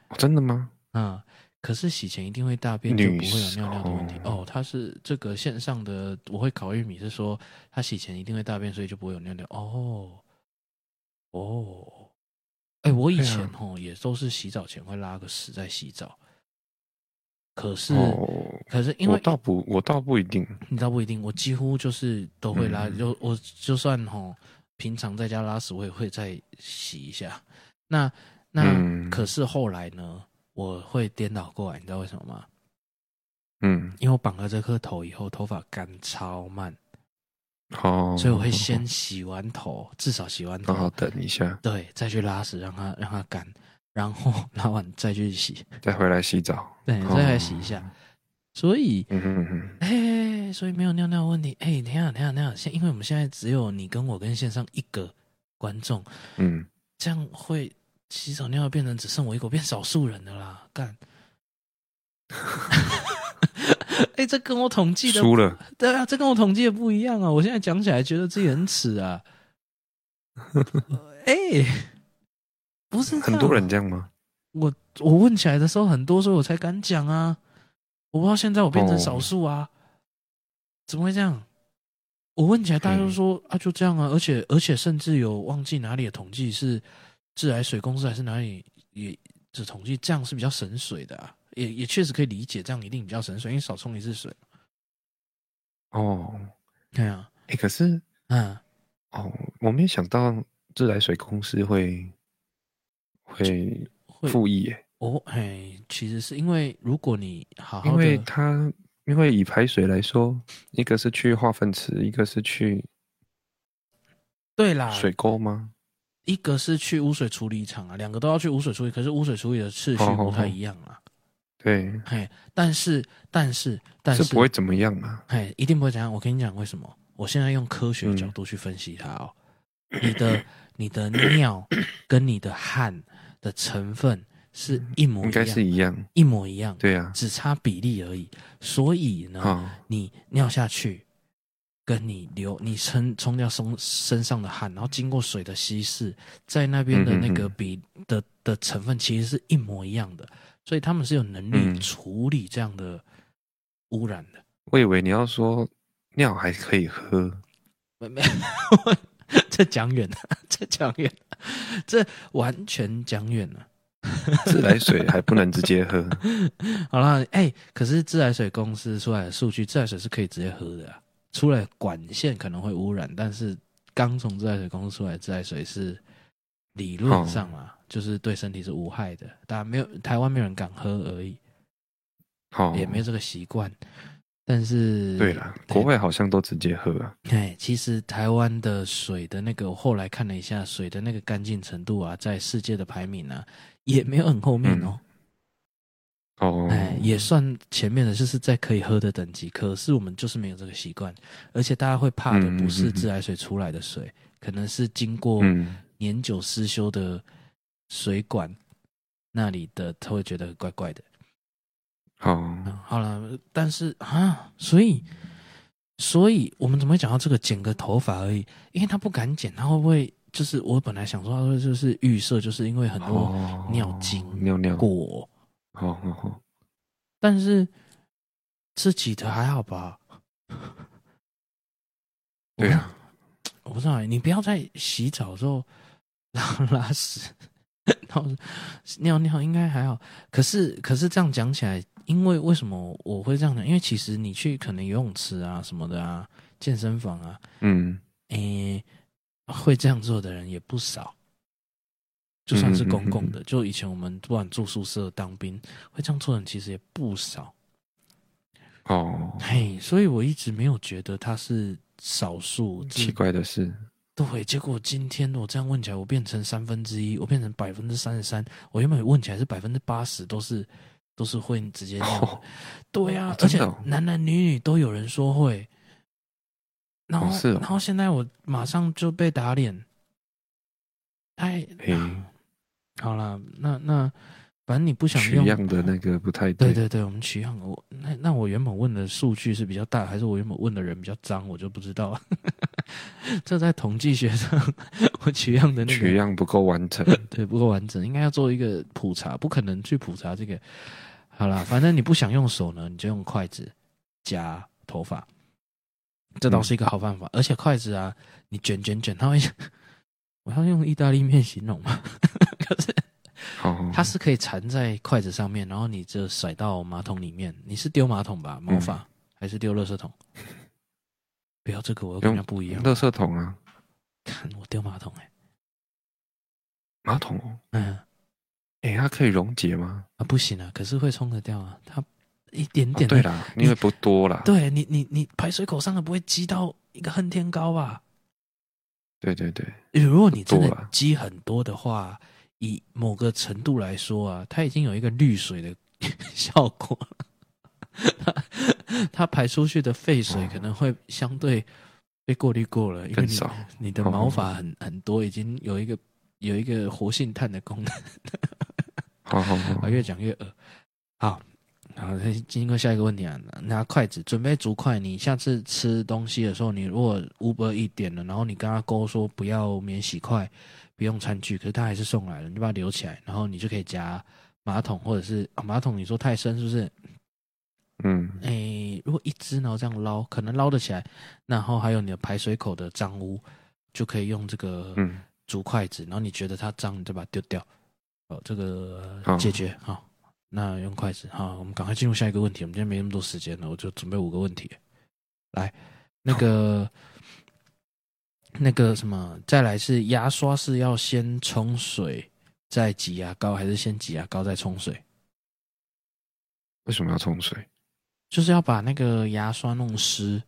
B: 哦真的吗？
A: 啊、可是洗前一定会大便，就不
B: 女
A: 会有尿尿的问题
B: 生。
A: 哦，他是这个线上的，我会烤玉米是说他洗前一定会大便，所以就不会有尿尿。哦，哦，哎、我以
B: 对啊
A: 前哦、也都是洗澡前会拉个屎再洗澡，可是、
B: 哦，
A: 可是因
B: 我
A: 为
B: 倒不，我倒不一定。
A: 你知道不一定，我几乎就是都会拉，
B: 嗯
A: 就我就算吼平常在家拉屎，我也会再洗一下。那那、
B: 嗯
A: 可是后来呢，我会颠倒过来，你知道为什么吗？
B: 嗯，
A: 因为我绑了这颗头以后，头发干超慢，
B: 哦，
A: 所以我会先洗完头，至少洗完头，
B: 好好等一下，
A: 对，再去拉屎，让它让它干，然后 拉完再去洗，
B: 再回来洗澡。
A: 对，
B: 哦
A: 再来洗一下。所以
B: 嗯哼嗯哼，
A: 哎、所以没有尿尿的问题。哎、等一下，等一下，等一下，现因为我们现在只有你跟我跟线上一个观众，
B: 嗯，
A: 这样会洗手尿变成只剩我一个，变少数人的啦。干， 哎、这跟我统计的
B: 输了。
A: 对啊，这跟我统计的不一样啊！我现在讲起来觉得自己很耻 啊。哎、不是这样
B: 很多人这样吗？
A: 我我问起来的时候很多，所以我才敢讲啊。我不知道现在我变成
B: 哦
A: 少数啊，怎么会这样？我问起来，大
B: 嗯
A: 家都说、啊，就这样啊。而且而且，甚至有忘记哪里的统计是自来水公司还是哪里也只统计这样是比较省水的、啊，也也确实可以理解，这样一定比较省水，因为少冲一次水。
B: 哦，
A: 对啊，
B: 哎、可是
A: 嗯，
B: 哦，我没有想到自来水公司会会
A: 会
B: 复议耶，
A: 哦，嘿，其实是因为如果你好
B: 因
A: 好
B: 为
A: 的，
B: 它因为以排水来说，一个是去化粪池，一个是去
A: 对啦，
B: 水沟吗？
A: 一个是去污水处理厂啊，两个都要去污水处理，可是污水处理的次序
B: 哦哦
A: 不太
B: 哦
A: 一样啊。
B: 对，
A: 嘿，但是但是但是，
B: 是不会怎么样啊。
A: 嘿，一定不会怎样。我跟你讲为什么？我现在用科学
B: 嗯
A: 角度去分析它哦，你的 你的尿跟你的汗的成分是一模
B: 应
A: 一
B: 该
A: 样，
B: 是一样，
A: 一模一样，
B: 对啊，哦
A: 只差比例而已。所以呢，
B: 啊、
A: 你尿下去，跟你流你身冲掉身身上的汗，然后经过水的稀释，在那边的那个
B: 嗯嗯嗯
A: 比的的成分其实是一模一样的，所以他们是有能力
B: 嗯
A: 处理这样的污染的。
B: 我以为你要说尿还可以喝，
A: 没 没，这讲远了，这讲远了，这完全讲远了。
B: 自来水还不能直接喝。
A: 好啦，哎、可是自来水公司出来的数据，自来水是可以直接喝的、啊，出来管线可能会污染，但是刚从自来水公司出来，自来水是理论上
B: 哦
A: 啊，就是对身体是无害的，当然没有台湾没有人敢喝而已，
B: 哦，
A: 也没有这个习惯。但是
B: 对了，国外好像都直接喝啊。
A: 哎，其实台湾的水的那个，我后来看了一下，水的那个干净程度啊，在世界的排名啊，也没有很后面
B: 嗯
A: 哦。
B: 哦，
A: 哎，也算前面的，就是在可以喝的等级。可是我们就是没有这个习惯，而且大家会怕的
B: 嗯
A: 不是
B: 嗯嗯
A: 自来水出来的水，可能是经过
B: 嗯，
A: 年久失修的水管那里的，他会觉得怪怪的。
B: 哦，
A: 嗯好了，但是啊，所以，所以我们怎么会讲到这个剪个头发而已？因为他不敢剪，他会不会就是我本来想说，他会就是预设，就是因为很多
B: 哦，
A: 尿精
B: 尿尿，哦
A: 果，
B: 哦哦，
A: 但是自己的还好吧？
B: 对啊，
A: 我不知道欸，你不要在洗澡的时候拉拉屎，然后尿尿应该还好。可是，可是这样讲起来，因为为什么我会这样讲？因为其实你去可能游泳池啊什么的啊，健身房啊，
B: 嗯，
A: 诶、会这样做的人也不少。就算是公共
B: 嗯
A: 的，就以前我们不管住宿舍、当兵，会这样做的人其实也不少。
B: 哦，
A: 嘿，所以我一直没有觉得他是少数。
B: 奇
A: 只
B: 怪的是，
A: 对，结果今天我这样问起来，我变成三分之一，我变成百分之三十三。我原本问起来是百分之八十都是都是会直接尿的。
B: 哦，
A: 对啊，而
B: 真
A: 且
B: 的哦
A: 男男女女都有人说会。然后，
B: 哦是哦
A: 然后现在我马上就被打脸。太
B: 嘿，
A: 好了，那那反正你不想
B: 取
A: 用
B: 样的那个不太
A: 对对对，我们取样。我那那我原本问的数据是比较大，还是我原本问的人比较脏，我就不知道 了。这在统计学上，我取样的那
B: 取
A: 个
B: 样不够 完整。
A: 对不够完整，应该要做一个普查，不可能去普查这个。好啦，反正你不想用手呢，你就用筷子夹头发，这倒是一个好
B: 嗯
A: 办法。而且筷子啊，你卷卷卷，它会， 我要用意大利面形容嘛，可是
B: 哦，
A: 它是可以缠在筷子上面，然后你就甩到马桶里面。你是丢马桶
B: 嗯
A: 吧？毛发、还是丢垃 圾桶？不要这个，我又跟人家不一样。
B: 垃圾桶啊，
A: 看我丢马桶哎、
B: 马桶哦，
A: 嗯
B: 哎，它可以溶解吗？
A: 啊不行啊，可是会冲得掉啊，它一点
B: 哦
A: 点、
B: 对，啦，因为不多啦。
A: 对你你你排水口上的不会积到一个恨天高吧？
B: 对对对，
A: 如果你真
B: 不多
A: 的
B: 啊
A: 积很多的话，以某个程度来说啊，它已经有一个滤水的 效果了。它它排出去的废水
B: 哦
A: 可能会相对被过滤过了，因为
B: 更
A: 你
B: 少。哦
A: 你的毛发很很多，已经有一个有一个活性炭的功能。
B: 好好
A: 啊，
B: 好，
A: 越讲越恶。好，好，再经过下一个问题啊，拿筷子准备竹筷，你下次吃东西的时候，你如果 Uber 一点了，然后你跟他勾说不要免洗筷，不用餐具，可是他还是送来了，你就把它留起来，然后你就可以夹马桶或者是、啊马桶，你说太深是不是？
B: 嗯，
A: 诶，如果一只然后这样捞，可能捞得起来，然后还有你的排水口的脏污，就可以用这个
B: 嗯，
A: 竹筷子，然后你觉得它脏，你再把它丢掉。哦，这个
B: 好
A: 解决好、那用筷子好，我们赶快进入下一个问题。我们今天没那么多时间了，我就准备五个问题。来，那个那个什么，再来是牙刷是要先冲水再挤牙膏，还是先挤牙膏再冲水？
B: 为什么要冲水？
A: 就是要把那个牙刷弄湿，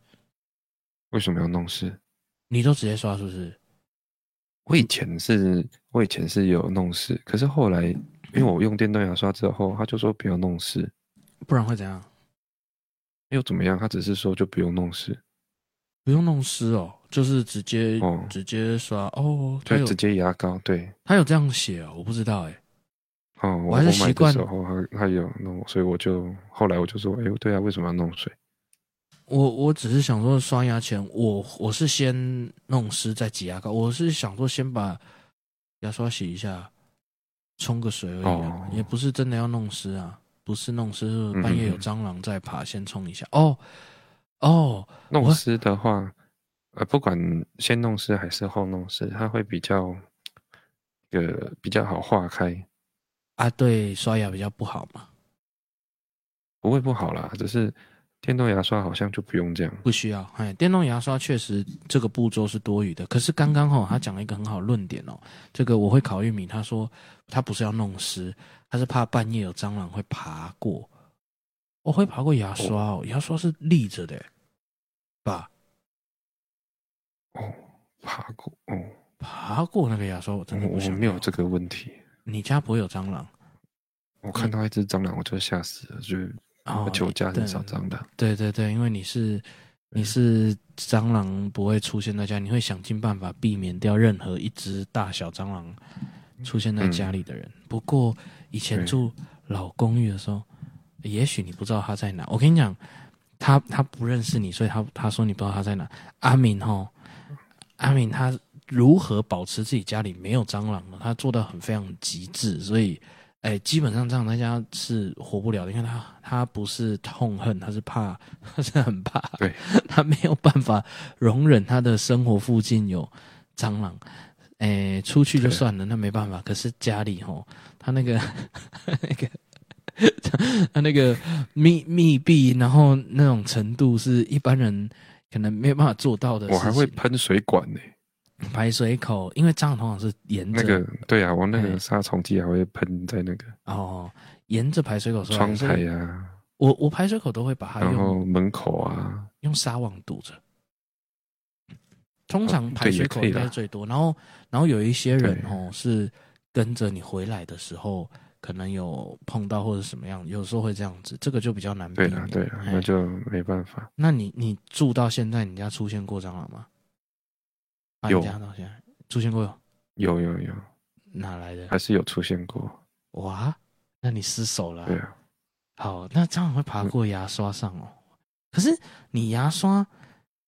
B: 为什么要弄湿？
A: 你都直接刷是不是？
B: 我以前是，我以前是有弄湿，可是后来因为我用电动牙刷之后，他就说不要弄湿，
A: 不然会怎样？
B: 又怎么样？他只是说就不用弄湿，
A: 不用弄湿哦，就是直接、
B: 哦
A: 直接刷哦。它
B: 就
A: 有
B: 直接牙膏。对，
A: 它有这样写哦，我不知道哎。
B: 哦，
A: 我
B: 我
A: 还是
B: 我
A: 习
B: 买的
A: 惯
B: 时候他他有弄，所以我就后来我就说，哎，对啊，为什么要弄水？
A: 我我只是想说，刷牙前我我是先弄湿再挤牙膏，我是想说先把牙刷洗一下，冲个水而已啊、
B: 哦
A: 也不是真的要弄湿啊，不是弄湿，
B: 嗯
A: 半夜有蟑螂在爬，先冲一下。哦哦，
B: 弄
A: 我
B: 湿的话，呃，不管先弄湿还是后弄湿，它会比较，呃，比较好化开，
A: 啊，对，刷牙比较不好嘛，
B: 不会不好啦。只是电动牙刷好像就不用这样。
A: 不需要。哎，电动牙刷确实这个步骤是多余的。可是刚刚哦，他讲了一个很好的论点哦，这个我会烤玉米，他说他不是要弄湿，他是怕半夜有蟑螂会爬过。我、会爬过牙刷哦，牙刷是立着的，欸吧？
B: 哦，爬过哦，
A: 爬过那个牙刷，我真的
B: 我
A: 不
B: 我
A: 想。
B: 没有这个问题。
A: 你家不会有蟑螂
B: 我看到一只蟑螂，我就吓死了，就是
A: 嗯哦
B: 而？且我
A: 你
B: 家很
A: 对
B: 少蟑螂。
A: 对对对，因为你是你是蟑螂不会出现在家，你会想尽办法避免掉任何一只大小蟑螂出现在家里的人。不过以前
B: 对
A: 住老公寓的时候，也许你不知道他在哪。我跟你讲，他他不认识你，所以他他说你不知道他在哪。阿敏吼，阿敏他如何保持自己家里没有蟑螂呢？他做到很非常极致，所以。哎、基本上蟑螂在家是活不了的，因为他他不是痛恨，他是怕， 他是很怕，
B: 对，
A: 他没有办法容忍他的生活附近有蟑螂。哎、出去就算了，那没办法。可是家里吼，他那个 那个。他那个 密密闭，然后那种程度是一般人可能没有办法做到的事
B: 我
A: 情。
B: 还会喷水管呢、
A: 排水口，因为蟑螂通常是沿着
B: 那个对啊，我那
A: 哎
B: 个杀虫剂还会喷在那个
A: 哦，沿着排水口出来。
B: 窗
A: 所以
B: 台啊，
A: 我我排水口都会把它
B: 然
A: 用
B: 后门口啊，
A: 用纱网堵着。通常
B: 哦
A: 排水口
B: 对也
A: 应
B: 可
A: 该
B: 以啦
A: 是最多，然后然后有一些人
B: 对
A: 哦是跟着你回来的时候，可能有碰到或者什么样，有时候会这样子，这个就比较难避
B: 对
A: 免
B: 啊。对啊，
A: 哎
B: 那就没办法。
A: 那你你住到现在，你家出现过蟑螂吗？啊、
B: 有
A: 你家到现在出现过有
B: 有有有，
A: 哪来的？
B: 还是有出现过。
A: 哇，那你失手了啊、
B: 对 啊，
A: 好，那蟑螂会爬过牙刷上哦。可是你牙刷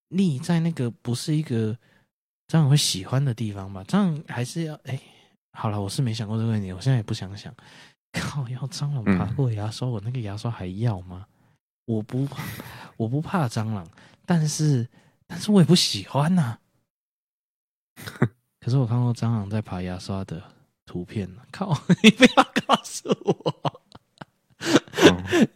A: 立在那个不是一个蟑螂会喜欢的地方吧？蟑螂还是要哎、好了，我是没想过这个问题，我现在也不想想。靠，要蟑螂爬过牙刷，我那个牙刷还要吗？我不怕，我不怕蟑螂，但是但是我也不喜欢呐、 可是我看过蟑螂在爬牙刷的图片，靠， 你不要告诉我。
B: 哦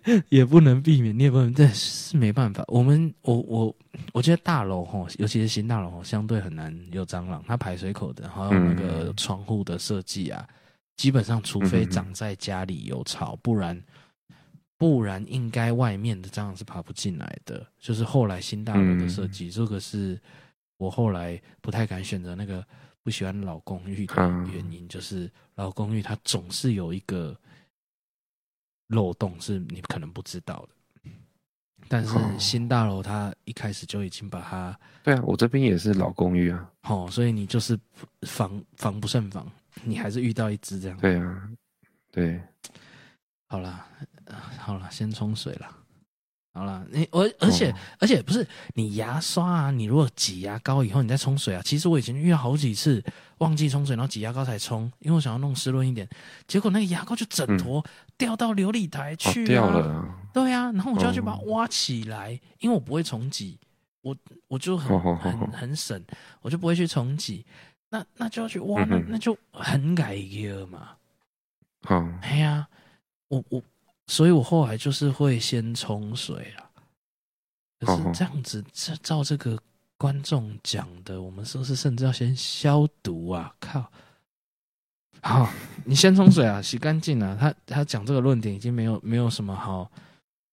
A: 也不能避免，你也不能，这是没办法。我们我我我觉得大楼吼，尤其是新大楼吼，相对很难有蟑螂。它排水口的，还有那个
B: 嗯
A: 窗户的设计啊，基本上除非
B: 嗯嗯嗯
A: 长在家里有草，不然不然应该外面的蟑螂是爬不进来的。就是后来新大楼的设
B: 嗯
A: 计，这个是我后来不太敢选择那个不喜欢老公寓的
B: 啊
A: 原因，就是老公寓它总是有一个漏洞是你可能不知道的。但是
B: 哦
A: 新大楼它一开始就已经把它
B: 对啊，我这边也是老公寓啊。
A: 哦，所以你就是防防不胜防，你还是遇到一只这样。
B: 对啊，对，
A: 好啦，呃好啦，先冲水啦。好啦，你而而且、
B: 哦
A: 而且不是你牙刷啊，你如果挤牙膏以后你再冲水啊，其实我以前遇到好几次忘记冲水，然后挤牙膏才冲，因为我想要弄湿润一点，结果那个牙膏就整坨掉到琉璃台
B: 嗯哦
A: 去、啊
B: 掉了啊。
A: 对啊，然后我就要去把它
B: 哦
A: 挖起来，因为我不会重挤，我我就很
B: 哦哦哦
A: 很
B: 哦
A: 很省，我就不会去重挤。那那就要去挖，那
B: 嗯哼
A: 那就很改革嘛。
B: 哦，
A: 哎呀，我我，所以我后来就是会先冲水啦。可是
B: 哦吼
A: 这样子，这照这个观众讲的，我们是不是甚至要先消毒啊？靠！好，你先冲 水啊，洗干净啊。他他讲这个论点已经没有没有什么好，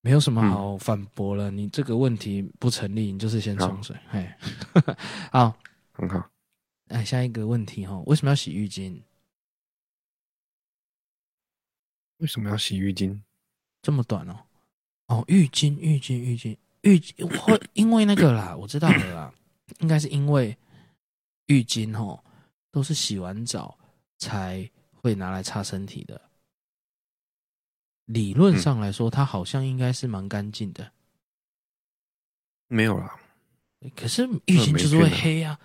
A: 没有什么
B: 嗯
A: 好反驳了。你这个问题不成立，你就是先冲
B: 好
A: 水。哎， 好，
B: 很好。
A: 哎，下一个问题哈，为什么要洗浴巾？
B: 为什么要洗浴巾？
A: 这么短哦？哦，浴巾，浴巾，浴巾，浴巾会 因为那个 啦，我知道了啦，应该是因为浴巾哦，都是洗完澡才会拿来擦身体的。理论上来说，它好像应该是蛮干净的，
B: 没有 啦，
A: 可是浴
B: 嗯
A: 巾就是会黑啊，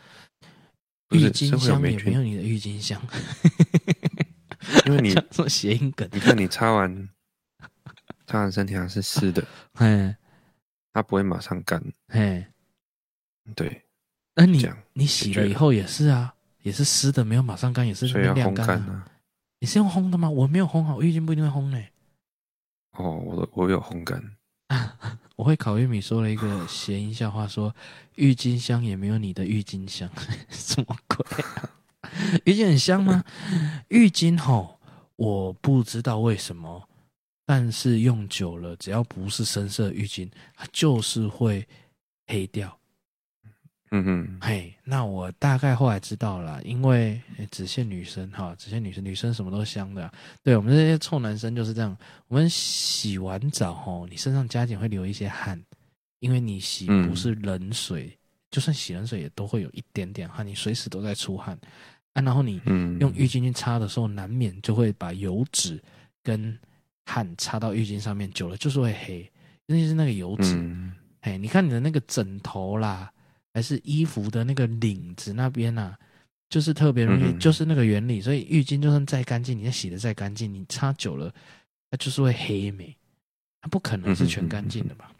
B: 不
A: 郁
B: 是
A: 金
B: 是会有
A: 香
B: 霉
A: 也没
B: 菌
A: 有，你的郁金香，
B: 因为 你
A: 像这种谐音梗，
B: 你看你擦完擦完身体它是湿的，嗯
A: 哎
B: 它不会马上干，
A: 哎，
B: 对，
A: 那
B: 这
A: 你
B: 样，
A: 你洗
B: 觉
A: 了
B: 得
A: 以后也是啊，也是湿的，没有马上干，也是
B: 所以要
A: 晾
B: 烘
A: 干
B: 干
A: 啊。
B: 啊。
A: 你是用烘的吗？我没有烘好，浴巾不一定会烘嘞、
B: 哦，我的我有烘干，
A: 我会烤玉米说了一个 谐音笑话说，郁金香也没有你的郁金香， 什么鬼、啊？ 郁金很香吗？郁金吼，我不知道为什么，但是用久了，只要不是深色郁金，它就是会黑掉。
B: 嗯哼，
A: 嘿，那我大概后来知道了啦，因为诶只限女生哈，只限女生，女生什么都香的啊、对我们这些臭男生就是这样，我们洗完澡吼，你身上加减会流一些汗，因为你洗
B: 嗯
A: 不是冷水，就算洗冷水也都会有一点点汗，你随时都在出汗啊。然后你
B: 嗯，
A: 用浴巾去擦的时候，难免就会把油脂跟汗擦到浴巾上面，久了就是会黑，尤其是那个油脂。
B: 嗯
A: 哎，你看你的那个枕头啦，还是衣服的那个领子那边啊，就是特别容易，
B: 嗯哼
A: 就是那个原理。所以浴巾就算再干净，你再洗的再干净，你擦久了，它就是会黑没，它不可能
B: 嗯
A: 是全干净的吧？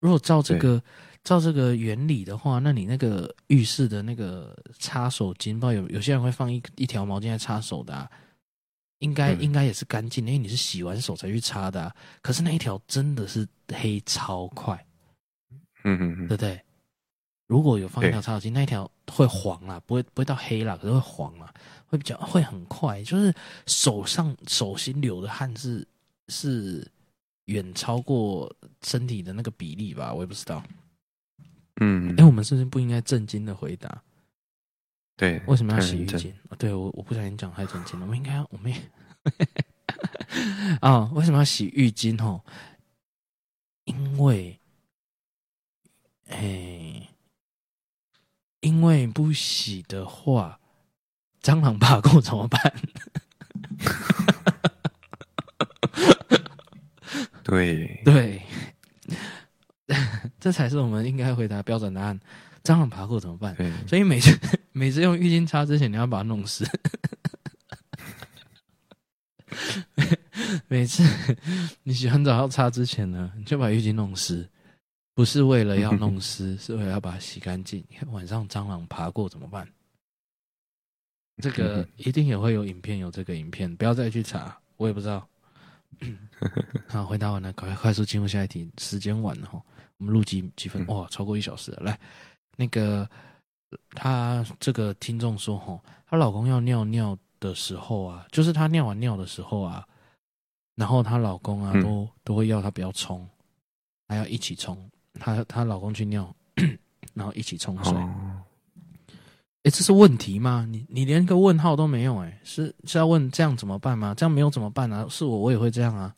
A: 如果照这个照这个原理的话，那你那个浴室的那个擦手巾，不知道有有些人会放一一条毛巾在擦手的、啊，应该、
B: 嗯
A: 应该也是干净的，因为你是洗完手才去擦的、啊。可是那一条真的是黑超快。
B: 嗯
A: 对
B: 哼哼，
A: 不对？如果有放一条
B: 对
A: 插头巾，那一条会黄啦，不会不会到黑啦，可是会黄啦，会比较会很快，就是手上手心流的汗是是远超过身体的那个比例吧，我也不知道。
B: 嗯
A: 哎，，我们是不是不应该震惊的回答？
B: 嗯对，
A: 为什么要
B: 太
A: 洗浴
B: 认真
A: 巾？哦对我我不小心讲太震惊了，我们应该要我 们也啊、为什么要洗浴巾？哦，因为，哎、因为不洗的话，蟑螂爬过怎么办？
B: 对，
A: 对， 这才是我们应该回答标准答案。蟑螂爬过怎么办？
B: 对，
A: 所以每次 每次用浴巾擦之前，你要把它弄湿。 每次 你洗完澡要擦之前呢，你就把浴巾弄湿，不是为了要弄湿， 是为了要把它洗干净。你看晚上蟑螂爬过怎么办？这个一定也会有影片，有这个影片，不要再去查，我也不知道。 好，回答完了，赶快快速进入下一题，时间晚了哈，我们录几几分？
B: 嗯
A: 哇，超过一小时了。来，那个她这个听众说哈，她老公要尿尿的时候啊，就是她尿完尿的时候啊，然后她老公啊
B: 嗯
A: 都都会要她不要冲，还要一起冲，她她老公去尿， 然后一起冲水。
B: 哦，
A: 哎，这是问题吗？你你连个问号都没有、诶哎，是是要问这样怎么办吗？这样没有怎么办啊？是我我也会这样啊。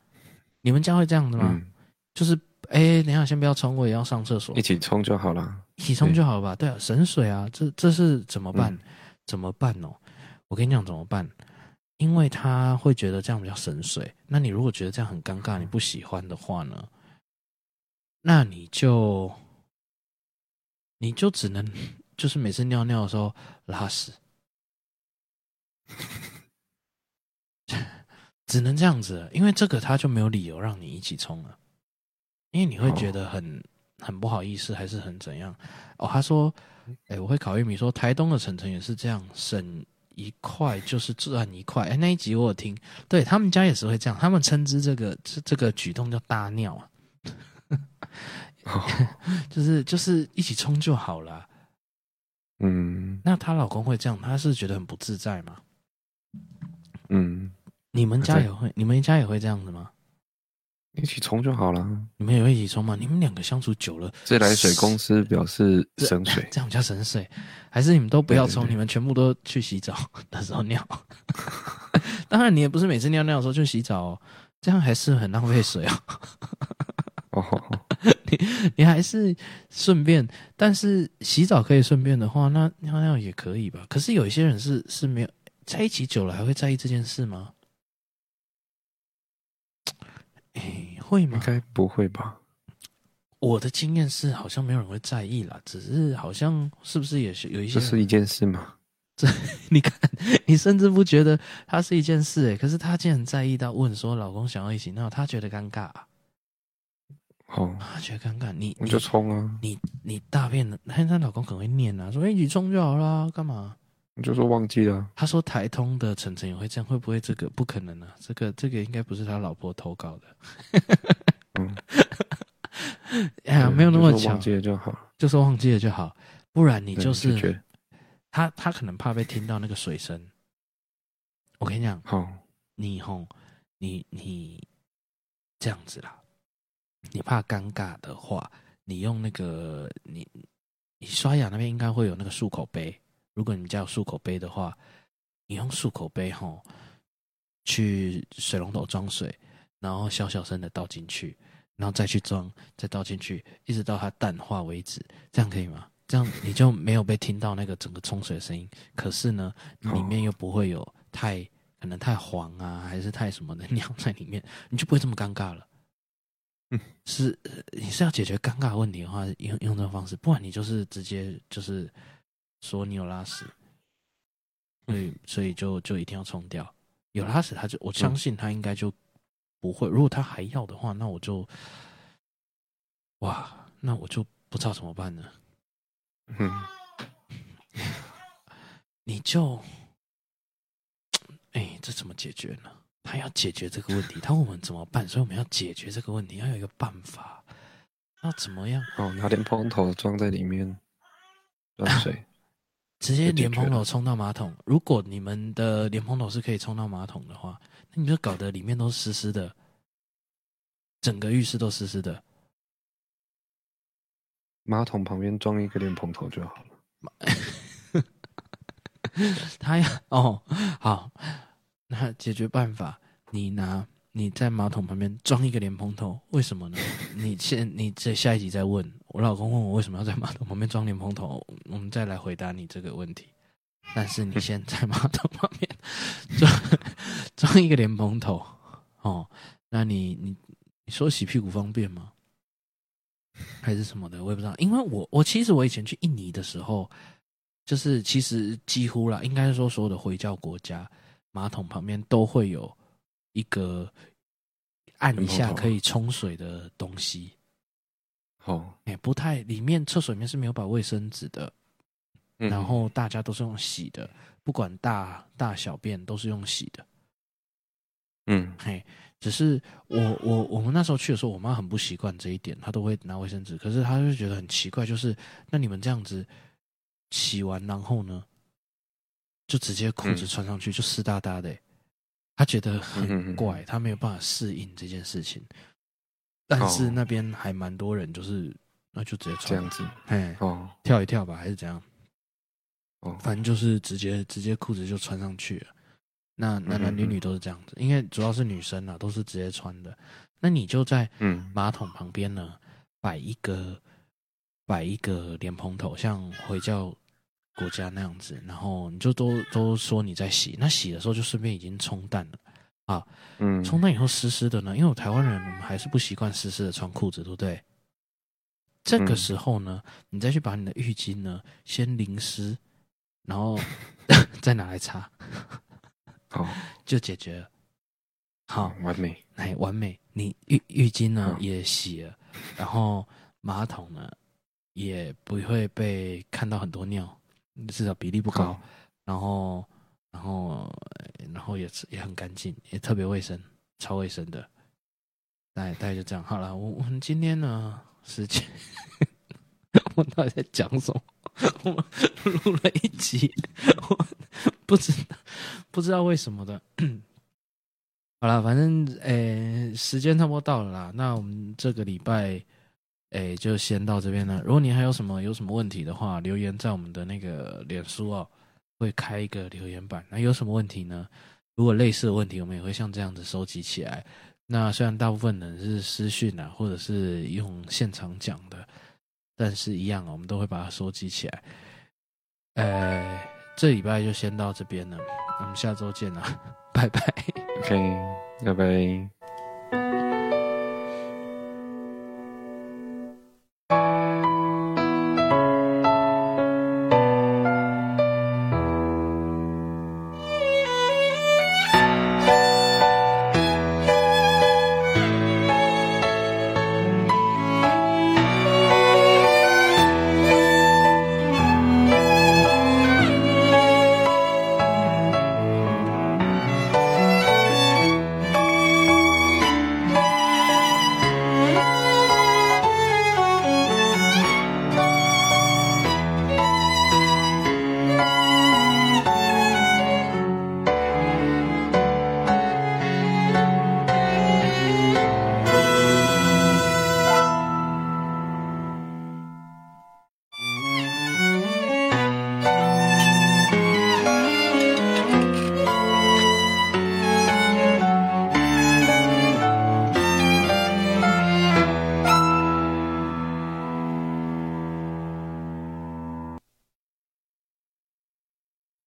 A: 你们家会这样的吗？
B: 嗯，
A: 就是哎，等一下先不要冲，我也要上厕所
B: 一，起冲就好啦。
A: 一起冲就好了吧？对啊，省水啊，这这是怎么办？
B: 嗯
A: 怎么办哦？我跟你讲怎么办，因为他会觉得这样比较省水。那你如果觉得这样很尴尬，你不喜欢的话呢，那你就你就只能 就是每次尿尿的时候拉屎， 只能这样子了，因为这个他就没有理由让你一起冲了，因为你会觉得很、很不好意思，还是很怎样？哦，他说，哎、我会烤玉米说，台东的晨晨也是这样，省一块就是赚一块。哎、那一集我有听，对他们家也是会这样，他们称之这个这这个举动叫大尿啊，
B: 哦
A: 就是就是一起冲就好了。
B: 嗯
A: 那她老公会这样，她是觉得很不自在吗？
B: 嗯，
A: 你们家
B: 对
A: 也会，你们家也会这样子吗？
B: 一起冲就好啦。
A: 你们也会一起冲吗？你们两个相处久了，
B: 自来水公司表示省水，
A: 这样比较省水，还是你们都不要
B: 对对
A: 冲，
B: 对
A: 你们全部都去洗澡 的时候尿？当然，你也不是每次尿尿的时候去洗澡哦，这样还是很浪费水哦。
B: 哦，
A: 你还是顺便，但是洗澡可以顺便的话，那尿尿也可以吧？可是有一些人是是没有在一起久了还会在意这件事吗？哎，会
B: 应
A: 吗？
B: 该不会吧？
A: 我的经验是，好像没有人会在意啦，只是好像是不是也是有一些
B: 这
A: 人
B: 是一件事吗？
A: 你看，你甚至不觉得它是一件事欸诶，可是她竟然在意到问说老公想要一起闹，她觉得尴尬、啊，
B: 哦，
A: 她觉得尴尬。你
B: 我
A: 你
B: 就冲啊！
A: 你你大便了，她她老公可能会念啊，说、哎一起冲就好啦，干嘛？
B: 我就说忘记了，
A: 她说台通的晨晨也会这样，会不会这个不可能啊？这个这个应该不是他老婆投稿的。
B: 嗯，
A: 哎呀，
B: 对
A: 没有那么
B: 就说
A: 巧
B: 忘，记了就好了。
A: 就说忘记了就好，不然你
B: 对
A: 就
B: 解
A: 是
B: 决
A: 她她可能怕被听到那个水声。我跟你讲，
B: 好，
A: 你吼，你你这样子啦，你怕尴尬的话，你用那个你你刷牙那边应该会有那个漱口杯，如果你们家有漱口杯的话，你用漱口杯吼去水龙头装水，然后小小声的倒进去，然后再去装，再倒进去，一直到它淡化为止，这样可以吗？这样你就没有被听到那个整个冲水的声音，可是呢，里面又不会有太可能太黄啊，还是太什么的尿在里面，你就不会这么尴尬了。
B: 嗯，
A: 是呃你是要解决尴尬的问题的话，用用这种方式，不然你就是直接就是说你有拉屎，所以所以就就一定要冲掉。有拉屎，他就我相信他应该就不会。如果他还要的话，那我就哇，那我就不知道怎么办了。
B: 嗯，
A: 你就，哎，这怎么解决呢？他要解决这个问题，他问我们怎么办，所以我们要解决这个问题，要有一个办法，要怎么样？
B: 哦，拿点喷头装在里面，装水。
A: 直接
B: 就解
A: 莲
B: 决
A: 蓬头
B: 了
A: 冲到马桶。如果你们的莲蓬头是可以冲到马桶的话，那你就搞得里面都湿湿的，整个浴室都湿湿的。
B: 马桶旁边装一个莲蓬头就好了。
A: 他要 哦，好，那解决办法，你拿你在马桶旁边装一个莲蓬头，为什么呢？你现你这下一集再问我老公问我为什么要在马桶旁边装莲蓬头，我们再来回答你这个问题。但是
B: 嗯
A: 你先在马桶旁边 装装一个莲蓬头哦，那你你你说洗屁股方便吗？还是什么的，我也不知道。因为我我其实我以前去印尼的时候，就是其实几乎啦，应该是说所有的回教国家，马桶旁边都会有一个按一
B: 莲
A: 下
B: 蓬头
A: 可以冲水的东西。
B: 哦，
A: 哎、不太里面厕所里面是没有把卫生纸的，
B: 嗯
A: 然后大家都是用洗的，不管大大小便都是用洗的。
B: 嗯，
A: 嘿，只是我我我们那时候去的时候，我妈很不习惯这一点，她都会拿卫生纸，可是她就觉得很奇怪，就是那你们这样子洗完然后呢，就直接裤子
B: 嗯
A: 穿上去、就湿哒哒的欸，她觉得
B: 嗯嗯
A: 很
B: 嗯
A: 怪，她没有办法适应这件事情。但是
B: 哦
A: 那边还蛮多人，就是那就直接
B: 这
A: 穿
B: 样，子。
A: 哎，
B: 哦
A: 跳一跳吧，还是怎样？
B: 哦，
A: 反正就是直接直接裤子就穿上去了。那男男女
B: 嗯嗯
A: 女都是这样子，因为主要是女生啊，都是直接穿的。那你就在
B: 嗯，
A: 马桶旁边呢，摆一个摆一个莲蓬头，像回教国家那样子，然后你就都都说你在洗，那洗的时候就顺便已经冲淡了。
B: 嗯，
A: 冲淡以后湿湿的呢，因为我台湾人我们还是不习惯湿湿的穿裤子，对不对？这个
B: 嗯
A: 时候呢，你再去把你的浴巾呢先淋湿，然 后再拿来擦，
B: 好，
A: 就解决了。好，
B: 完美。
A: 哎，完美！你浴浴巾呢
B: 嗯
A: 也洗了，然后马桶呢也不会被看到很多尿，至少比例不高
B: 好。
A: 然后，然后，呃然后也是也很干净，也特别卫生，超卫生的。大概大概就这样好了。我我们今天呢时间，我们到底在讲什么？我们录了一集，我不知道不知道为什么的。好啦，反正诶、时间差不多到了啦。那我们这个礼拜诶、就先到这边了。如果你还有什么有什么问题的话，留言在我们的那个脸书哦，会开一个留言板。那有什么问题呢？如果类似的问题，我们也会像这样子收集起来。那虽然大部分人是私讯啊，或者是用现场讲的，但是一样、哦，我们都会把它收集起来。呃，这礼拜就啊 先到这边了，我们下周见啦，拜拜。
B: OK，拜拜。